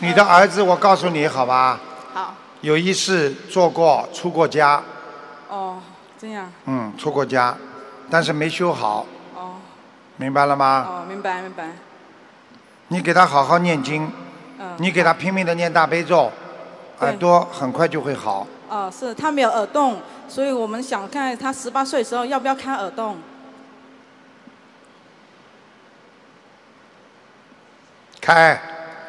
你的儿子，我告诉你，好吧，
好，
有一次做过出过家，
哦，这样，
嗯，出过家，但是没修好，
哦，
明白了吗？
哦，明白明白，
你给他好好念经，
嗯，
你给他拼命的念大悲咒，耳朵很快就会好。
哦，是他没有耳洞，所以我们想看他十八岁的时候要不要开耳洞。
开，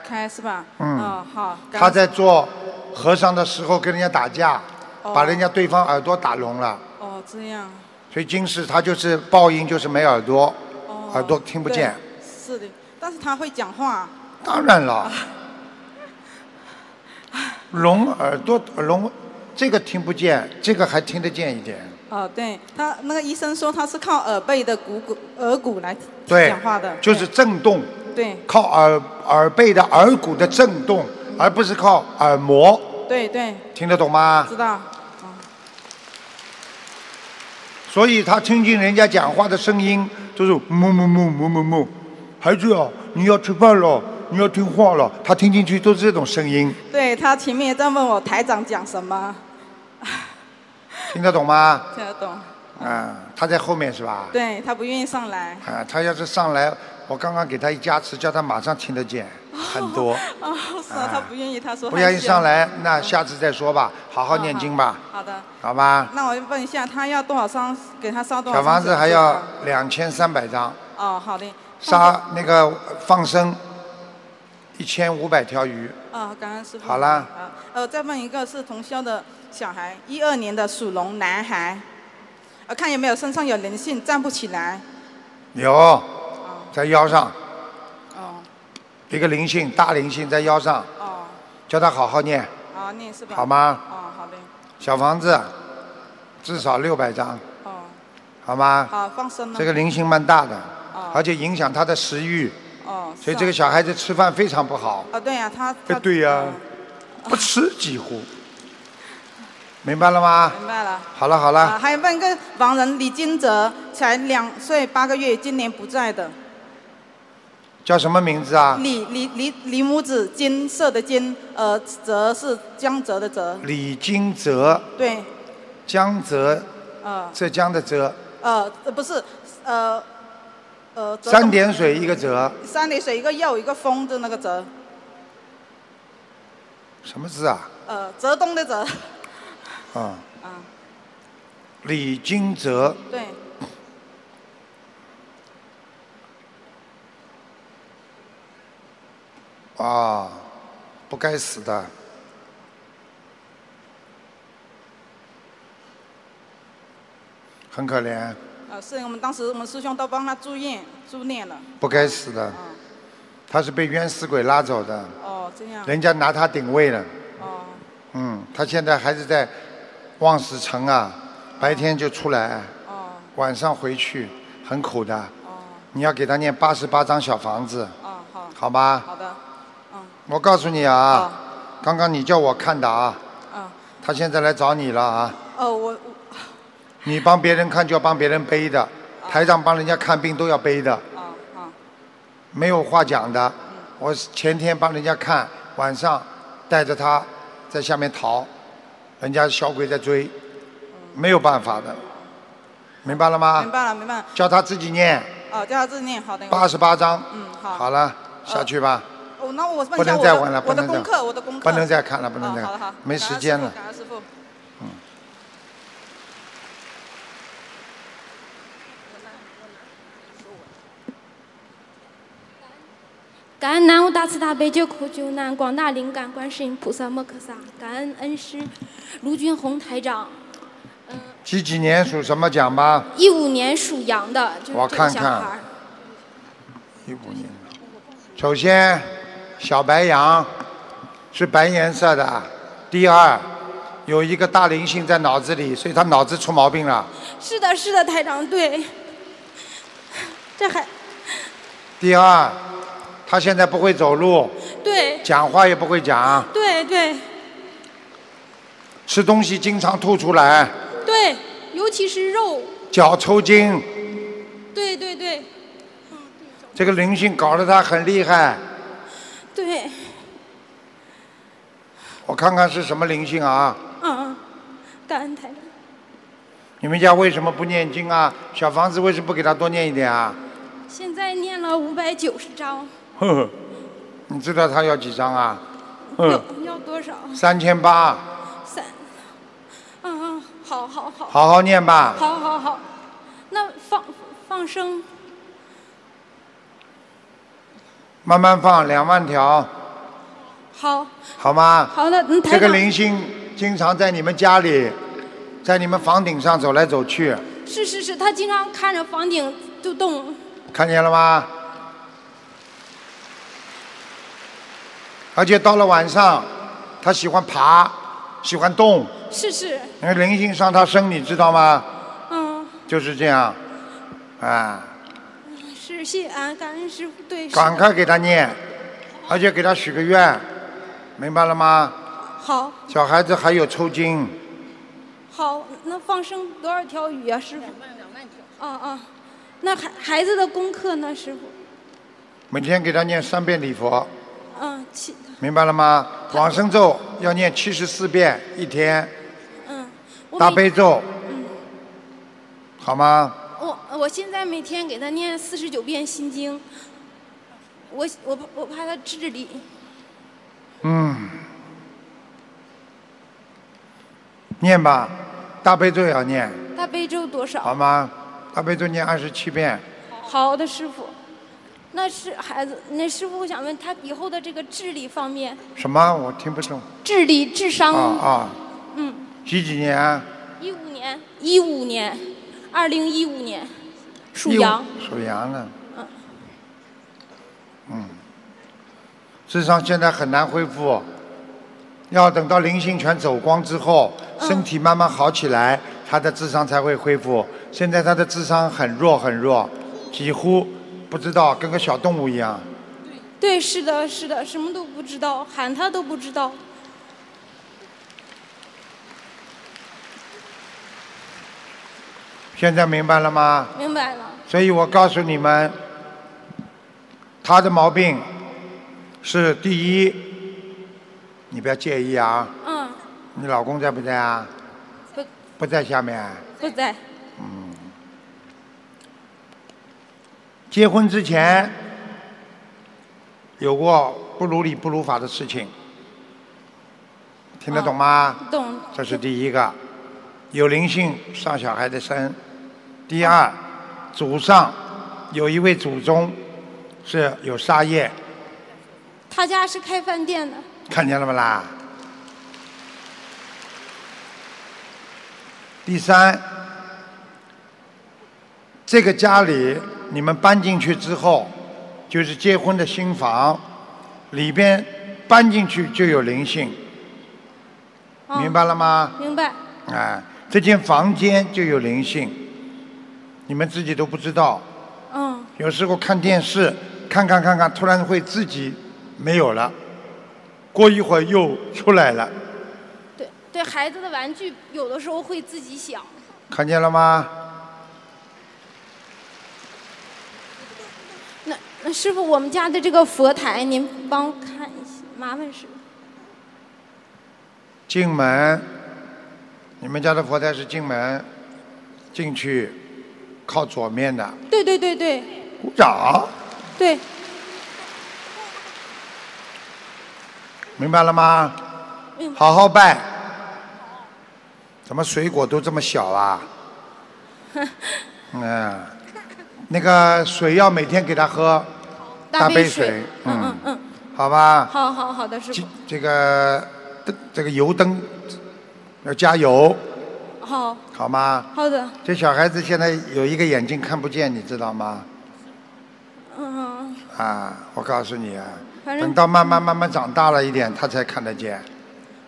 开是吧？
嗯
哦好。感
他在做和尚的时候跟人家打架，
哦
把人家对方耳朵打聋了，
哦这样，
所以今世他就是报应，就是没耳朵，耳朵听不
哦对
见。嗯
是的，但是他会讲话。
当然 了，聋耳朵聋，这个听不见，这个还听得见一点。
哦，对他那个医生说他是靠耳背的骨骨耳骨来
对
讲话的，，
就是震动，
对
靠耳耳背的耳骨的震动，而不是靠耳膜，
对对，
听得懂吗
知？道。
所以他听见人家讲话的声音就是木木木木木木，孩子啊，你要吃饭了，你要听话了，他听进去都是这种声音，
对他前面也在问我台长讲什么，
听得懂吗？
听得懂？
啊，他在后面是吧？
对他不愿意上来。
啊，他要是上来，我刚刚给他一加持，叫他马上听得见，很多。
哦，是啊，他不愿意，他 说
不
害
愿意
羞
上来，那下次再说吧，好好念经吧，
好的，
好吧？
那我就问一下，他要多少张？给他烧多少
小
张？啊
房子还要。两千三百张，
哦，好的。
杀那个放生一千五百条鱼，
啊，感恩师傅。
好啦
啊。呃，再问一个是同修的小孩，一二年的属龙男孩，呃，看有没有身上有灵性，站不起来。
有在腰上
哦
一个灵性，大灵性在腰上，
哦，
叫他好好念，
啊，念是吧？
好？吗？
哦，好的。
小房子至少六百张，
哦，
好吗？
好，放生了。
这个灵性蛮大的，
哦
而且影响他的食欲，
哦，
所以
是啊
这个小孩子吃饭非常不好。
啊，对呀、他
哎，
他
对呀、不吃几乎，明白了吗？
明白了。
好了好
啊，
了，
还有问个亡人李金哲，才两岁八个月，今年不在的。
叫什么名字啊？
李李李李母子金色的金，呃，泽是江泽的泽。
李金泽，
对，
江泽，
呃
浙江的浙，
呃，呃不是，呃呃，泽
三点水一个泽，
三点水一个又一个风的那个泽，
什么字啊？
呃，泽东的泽，
啊、
啊，
李金泽，
对，
啊，不该死的。很可怜，
呃，是我们当时我们师兄都帮他住院住院了，
不该死的，他是被冤死鬼拉走的，
哦，这样，
人家拿他顶位了。
哦，
嗯，他现在还是在望死城
哦
啊，白天就出来，晚上回去，很苦的。你要给他念八十八张小房子，
哦，好，
好吧？
好的，嗯哦
我告诉你啊，刚刚你叫我看的啊，
嗯，
他现在来找你了啊，
哦，我
你帮别人看就要帮别人背
啊
的，台上帮人家看病都要背的，
哦，好，
没有话讲的。
嗯
我前天帮人家看，晚上带着他在下面逃，人家小鬼在追，没有办法的，明白了吗？
嗯明白了，明白了，
叫他自己念
哦，叫他自己念，好的，
八十八章。
嗯，好，
好了，下去吧，
哦，那我问
不
一下
能
我
再
的
玩了，不
我的
能再
功课，我的功课
不能再看了，不能再
哦好的好
看
的，
没时间了。
感恩师傅，
感恩南无大慈大悲救苦救难广大灵感观世音菩萨摩诃萨，感恩恩师卢军红台长。
几几年属什么奖吧？
一五年属羊的，就是
我
这
看
个小
看
孩儿。
一五年。首先，小白羊是白颜色的。第二，有一个大灵性在脑子里，所以他脑子出毛病了。
是的，是的，台长，对。这还
第二，他现在不会走路，
对
讲话也不会讲，
对对
吃东西经常吐出来，
对，尤其是肉，
脚抽筋。
对对对
这个灵性搞得他很厉害。
对，
我看看是什么灵性啊？
嗯，感恩台长。
你们家为什么不念经啊？小房子为什么不给他多念一点啊？
现在念了五百九十章，
呵呵，你知道他要几张啊？嗯，
要多少？
三千八，
三。嗯嗯，好好好。
好好念吧
好好好，那放放生
慢慢放两万条，
好，
好吗？
好的嗯台
这
长
个灵性经常在你们家里，在你们房顶上走来走去，
是是是，他经常看着房顶就动。
看见了吗？而且到了晚上，他喜欢爬，喜欢动，
是是，
那个灵性上他身，你知道吗？
嗯，
就是这样，啊，
是谢俺感恩师傅对。是的
赶快给他念，而且给他许个愿，明白了吗？
好，
小孩子还有抽筋，
好，那放生多少条鱼啊，师傅？啊啊，那孩孩子的功课呢，师傅？
每天给他念三遍礼佛，
嗯，七，
明白了吗？往生咒要念七十四遍一天，
嗯，我
大
每嗯
悲咒，好吗？
我呃我现在每天给他念四十九遍心经，我我不我怕他智力。
嗯，念吧，大悲咒也要念，
大悲咒多少？
好吗？大悲咒念二十七遍，
好的，师傅。那是孩子，那师傅，我想问他以后的这个智力方面，
什么？我听不懂。
智力、智商，
啊啊，
嗯，
几几年啊？
一五年，一五年，二零一五年，属
一五
羊，
属羊的。
嗯。
嗯。智商现在很难恢复，哦要等到灵性全走光之后，身体慢慢好起来，他的智商才会恢复。现在他的智商很弱很弱，几乎不知道，跟个小动物一样。
对，是的，是的，什么都不知道，喊他都不知道。
现在明白了吗？
明白了，
所以我告诉你们，他的毛病是第一，你不要介意啊。
嗯，
你老公在不在啊？
不
不在下面啊。
不在，
结婚之前有过不如理不如法的事情，听得懂吗？
懂。
这是第一个，有灵性上小孩的身。第二，祖上有一位祖宗是有杀业，
他家是开饭店的，
看见了没啦？第三，这个家里你们搬进去之后，就是结婚的新房，里边搬进去就有灵性，
嗯
明白了吗？
明白。
哎，这间房间就有灵性，你们自己都不知道。
嗯，
有时候看电视，看看看看，突然会自己没有了，过一会儿又出来了，
对对，孩子的玩具有的时候会自己想，
看见了吗？
那那师傅，我们家的这个佛台，您帮我看一下，麻烦师傅。
进门，你们家的佛台是进门，进去靠左面的，
对对对对
鼓掌，
对，
明白了吗？
明白
好好拜。怎么水果都这么小啊？ 嗯，那个水要每天给他喝，大
杯
杯水，
嗯嗯嗯，
好吧？
好好好的，师傅，
这个灯，这个油灯要加油，
好
好吗？
好的，
这小孩子现在有一个眼睛看不见，你知道吗？
嗯，
啊，我告诉你啊，
反正
等到慢慢慢慢长大了一点，他才看得见，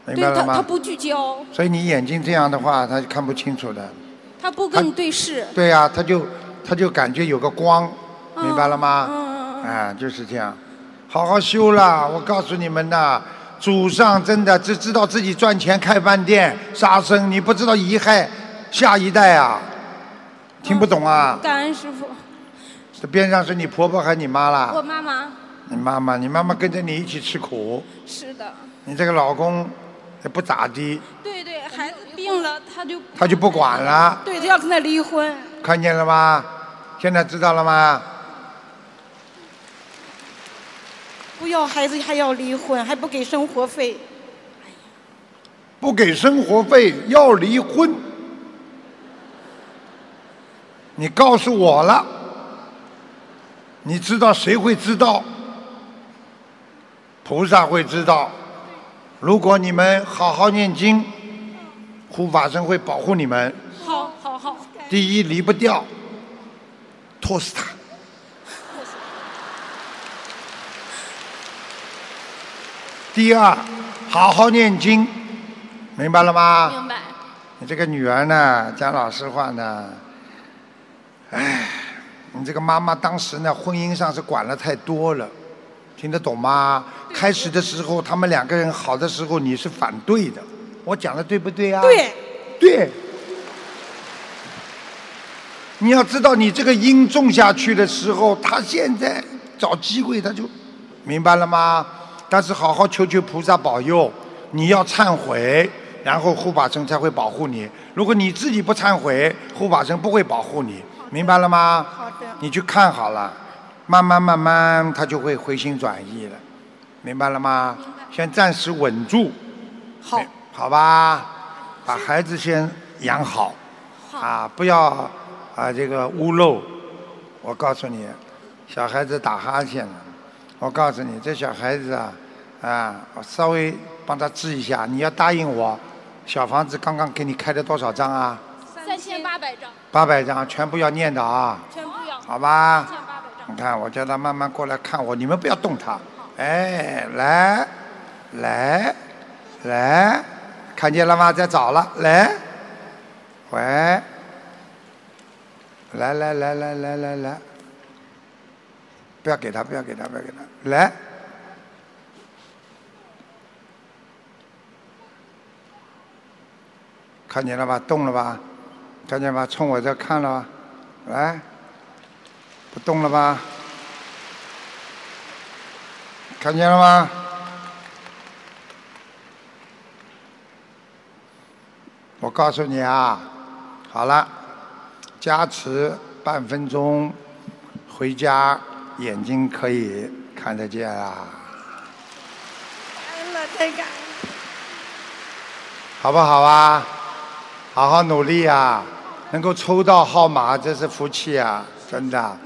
明
对
白了
他他
吗？
不聚焦，
所以你眼睛这样的话，他就看不清楚的。
他不跟你对视，
对呀、他就他就感觉有个光，
嗯
明白了吗？啊，就是这样，好好修啦！我告诉你们呐、祖上真的只知道自己赚钱开饭店杀生，你不知道贻害下一代啊！听不懂啊？
感恩师傅，
这边上是你婆婆还是你妈
我
啦？
妈妈
你妈妈，你妈妈跟着你一起吃苦，
是的，
你这个老公也不咋地，
对对，孩子病了，他就
他就不管了。
对他要跟他离婚，
看见了吗？现在知道了吗？
不要孩子还要离婚，还不给生活费，
不给生活费要离婚，你告诉我了，你知道谁会知道？菩萨会知道。如果你们好好念经，护法神会保护你们。
好好好，
第一离不掉，拖死他。第二，好好念经，明白了吗？
明白。
你这个女儿呢，讲老实话呢，唉，你这个妈妈当时呢，婚姻上是管了太多了，听得懂吗？开始的时候，他们两个人好的时候，你是反对的，我讲的对不对啊？对，对。你要知道，你这个因种下去的时候，他现在找机会，他就明白了吗？但是好好求求菩萨保佑，你要忏悔，然后护法神才会保护你。如果你自己不忏悔，护法神不会保护你，明白了吗？好的。你去看好了，慢慢慢慢，他就会回心转意了，明白了吗？先暂时稳住，
好，
好吧，把孩子先养好，啊，不要啊这个屋漏。我告诉你，小孩子打哈欠了。我告诉你，这小孩子啊，啊，我稍微帮他治一下。你要答应我，小房子刚刚给你开了多少张啊？
三千八百张，
八百张，全部要念的啊，
全部要。
好吧？你看，我叫他慢慢过来看我，你们不要动他。哎，来，来，来，看见了吗？在找了，来，喂，来来来来来来来，不要给他，不要给他，不要给他，来。看见了吧？动了吧？看见吧？冲我这看了吧？来，不动了吧？看见了吗？我告诉你啊，好了，加持半分钟，回家眼睛可以看得见啊，
恩了，太感恩。
好不好啊？好好努力啊，能够抽到号码，这是福气啊，真的，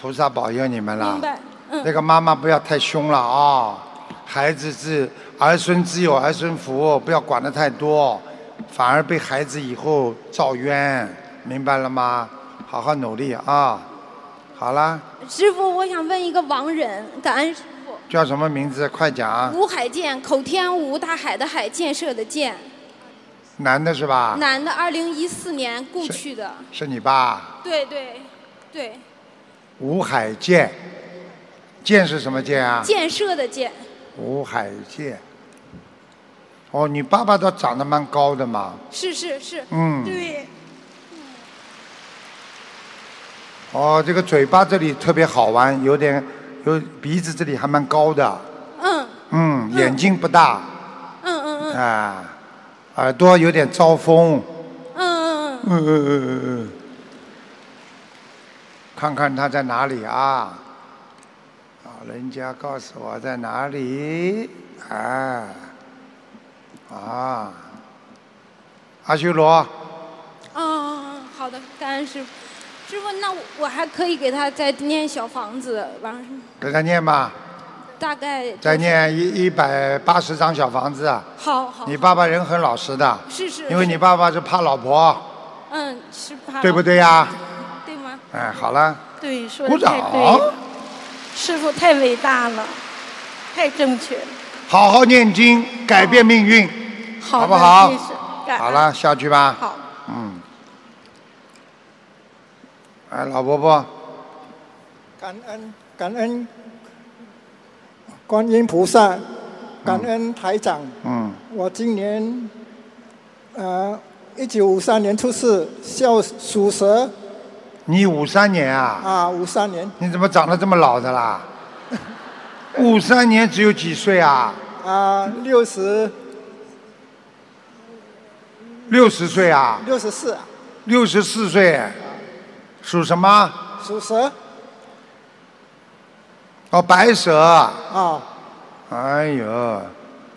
菩萨保佑你们了。
明白，嗯，
那个妈妈不要太凶了啊、孩子是儿孙自有儿孙福，不要管得太多，反而被孩子以后造冤，明白了吗？好好努力啊！好啦，
师傅，我想问一个亡人，感恩师傅。
叫什么名字？快讲。
吴海建，口天吴，大海的海，建设的建，
男的是吧？
男的，二零一四年故去的。
啊是你爸，
对对对，
吴海建。建是什么建啊？
建设的建，
吴海建。哦，你爸爸倒长得蛮高的嘛。
是是是，
嗯
对，
哦，这个嘴巴这里特别好玩，有点有鼻子这里还蛮高的，
嗯
嗯，眼睛不大
嗯嗯嗯
啊，耳朵有点招风，
嗯嗯
嗯
嗯，
嗯嗯嗯嗯，看看他在哪里啊？老人家告诉我在哪里啊？啊，阿修罗，
嗯嗯嗯，好的，感恩师傅。师傅，那我我还可以给他再念小房子，完了
给他念吧，
大概多少
再。念一一百八十张小房子啊。
好好，
你爸爸人很老实的，
是是，
因为你爸爸是怕老婆，
嗯是怕
对不对呀、
对吗？
哎，好了，
对，说
鼓
的
掌
太对了，师傅太伟大了，太正确了。
好好念经，改变命运，好
好
不
的
好
谢谢？感恩
哦好了，下去吧。
好，
嗯。哎，老伯伯，
感恩感恩观音菩萨，感恩台长。
嗯，
我今年呃一九五三年出世，孝属蛇
你五三年啊？
啊，五三年
你怎么长得这么老的啦？ 五三年只有几岁啊？
啊六十
六十岁啊？
六十四
六十四岁，属什么？
属蛇
哦，白蛇。
啊
哎呦，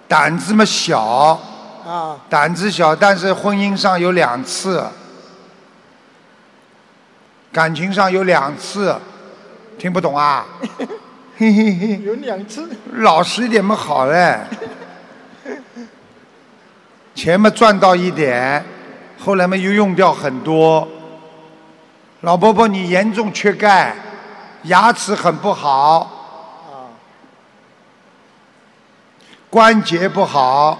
胆子嘛小，
啊
胆子小，但是婚姻上有两次，感情上有两次，听不懂啊？嘿嘿嘿，
有两次，
老实一点嘛好嘞，钱嘛赚到一点，后来嘛又用掉很多。老伯伯，你严重缺钙，牙齿很不好，关节不好，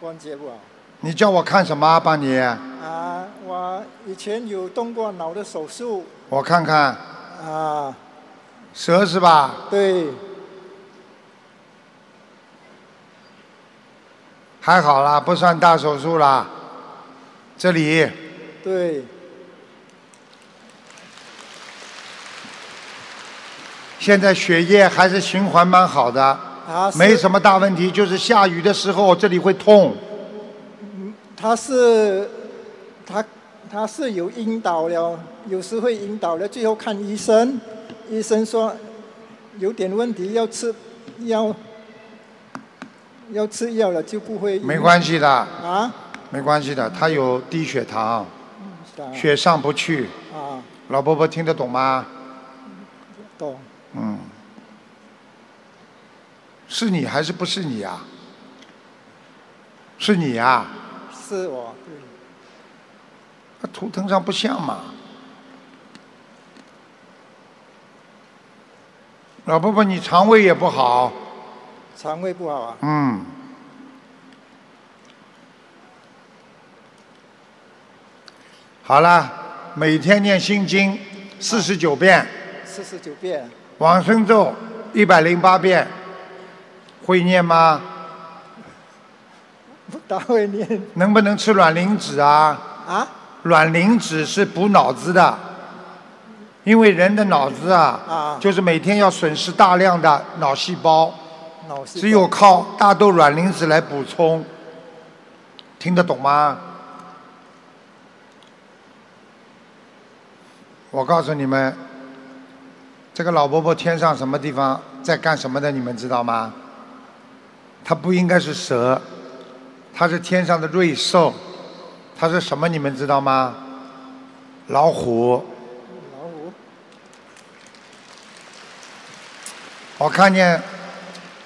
关节不好
你叫我看什么啊，帮你？
啊！我以前有动过脑的手术
我看看，
啊，
蛇是吧？
对，
还好啦，不算大手术啦。这里
对，
现在血液还是循环蛮好的，
啊，是
没什么大问题，就是下雨的时候这里会痛。
他是他他是有引导了，有时会引导了，最后看医生，医生说有点问题，要吃要要吃药了，就不会
没关系的，
啊，
没关系的，他有低血糖，
是啊
血上不去。
啊，
老伯伯听得懂吗？
懂
嗯，是你还是不是你啊？是你啊？
是我对
那图腾上不像嘛。老伯伯，你肠胃也不好，
肠胃不好啊，
嗯。好了，每天念心经四十九遍，
四十九遍
往生咒一百零八遍，会念吗？
不大会念
能不能吃卵磷脂啊？
啊
卵磷脂是补脑子的，因为人的脑子啊，
啊，
就是每天要损失大量的脑细胞，
脑细胞
只有靠大豆卵磷脂来补充。听得懂吗？我告诉你们，这个老伯伯天上什么地方在干什么的，你们知道吗？他不应该是蛇，他是天上的瑞兽，他是什么？你们知道吗？老虎。
老虎
我看见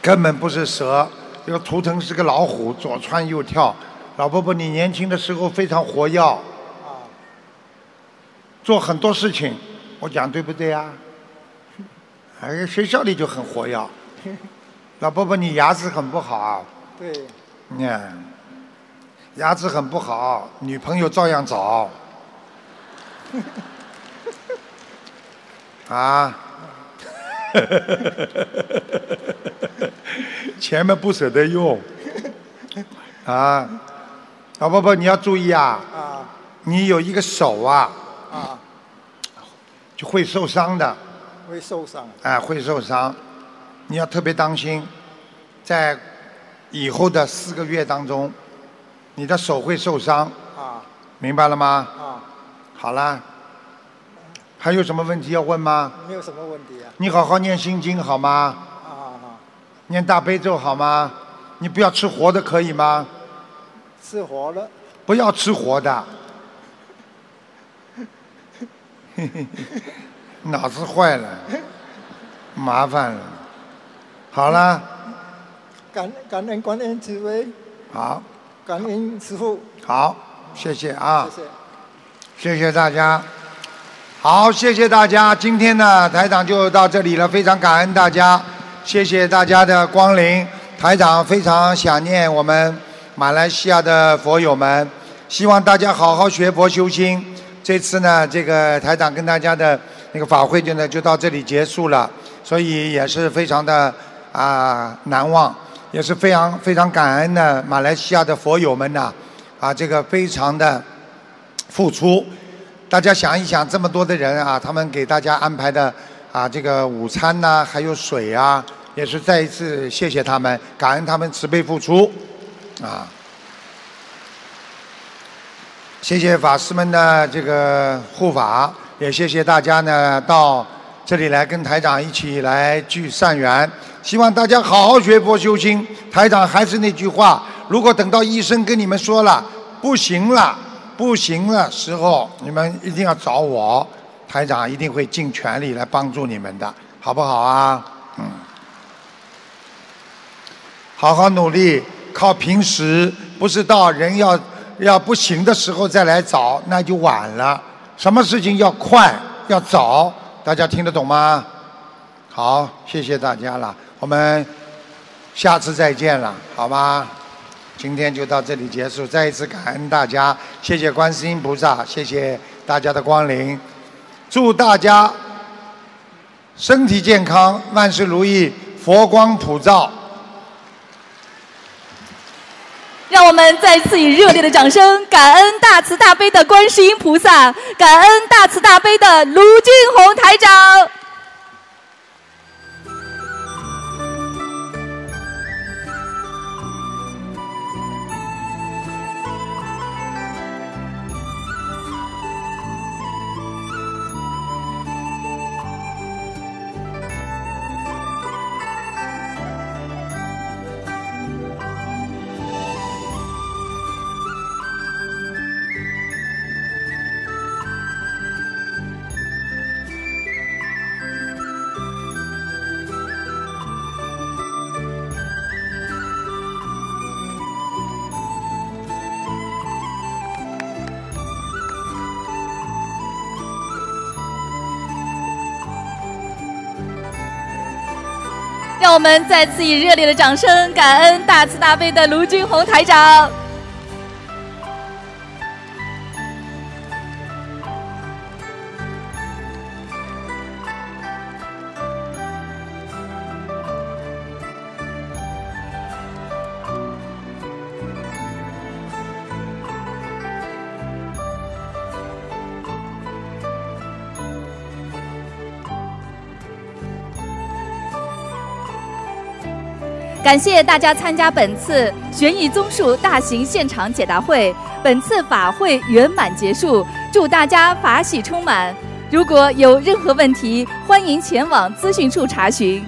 根本不是蛇，这个图腾是个老虎，左窜右跳。老伯伯，你年轻的时候非常活跃，做很多事情，我讲对不对啊？ 哎，学校里就很活跃。老伯伯，你牙齿很不好，
对
你、牙齿很不好，女朋友照样找。 啊， 钱嘛不舍得用，啊，老伯伯你要注意啊，
啊
你有一个手啊
啊
就会受伤的，
会受伤
啊，会受伤，你要特别当心，在以后的四个月当中，你的手会受伤，
啊
明白了吗？
啊，
好啦，还有什么问题要问吗？
没有什么问题啊
你好好念心经好吗？
啊啊，
念大悲咒好吗？你不要吃活的可以吗？
是活了。
不要吃活的。 嘿嘿嘿脑子坏了，麻烦了。好了，
感感恩观音慈悲，
好，
感恩师傅，
好，谢谢啊，
谢谢。
谢谢大家。好，谢谢大家，今天呢，台长就到这里了，非常感恩大家，谢谢大家的光临。台长非常想念我们马来西亚的佛友们，希望大家好好学佛修心。这次呢，这个台长跟大家的那个法会就呢就到这里结束了，所以也是非常的啊、难忘，也是非常非常感恩的马来西亚的佛友们呐、啊，这个非常的付出。大家想一想，这么多的人啊，他们给大家安排的啊，这个午餐呐、还有水啊，也是再一次谢谢他们，感恩他们慈悲付出，啊，谢谢法师们的这个护法，也谢谢大家呢到这里来跟台长一起来聚善缘，希望大家好好学佛修心。台长还是那句话，如果等到医生跟你们说了不行了。不行的时候，你们一定要找我，台长一定会尽全力来帮助你们的，好不好啊？嗯，好好努力，靠平时不知道人要要不行的时候再来找，那就晚了。什么事情要快要早，大家听得懂吗？好，谢谢大家了，我们下次再见了，好吗？今天就到这里结束，再一次感恩大家，谢谢观世音菩萨，谢谢大家的光临，祝大家身体健康，万事如意，佛光普照。
让我们再次以热烈的掌声，感恩大慈大悲的观世音菩萨，感恩大慈大悲的卢俊宏台长。让我们再次以热烈的掌声，感恩大慈大悲的卢军宏台长。感谢大家参加本次悬疑综述大型现场解答会，本次法会圆满结束，祝大家法喜充满。如果有任何问题，欢迎前往资讯处查询。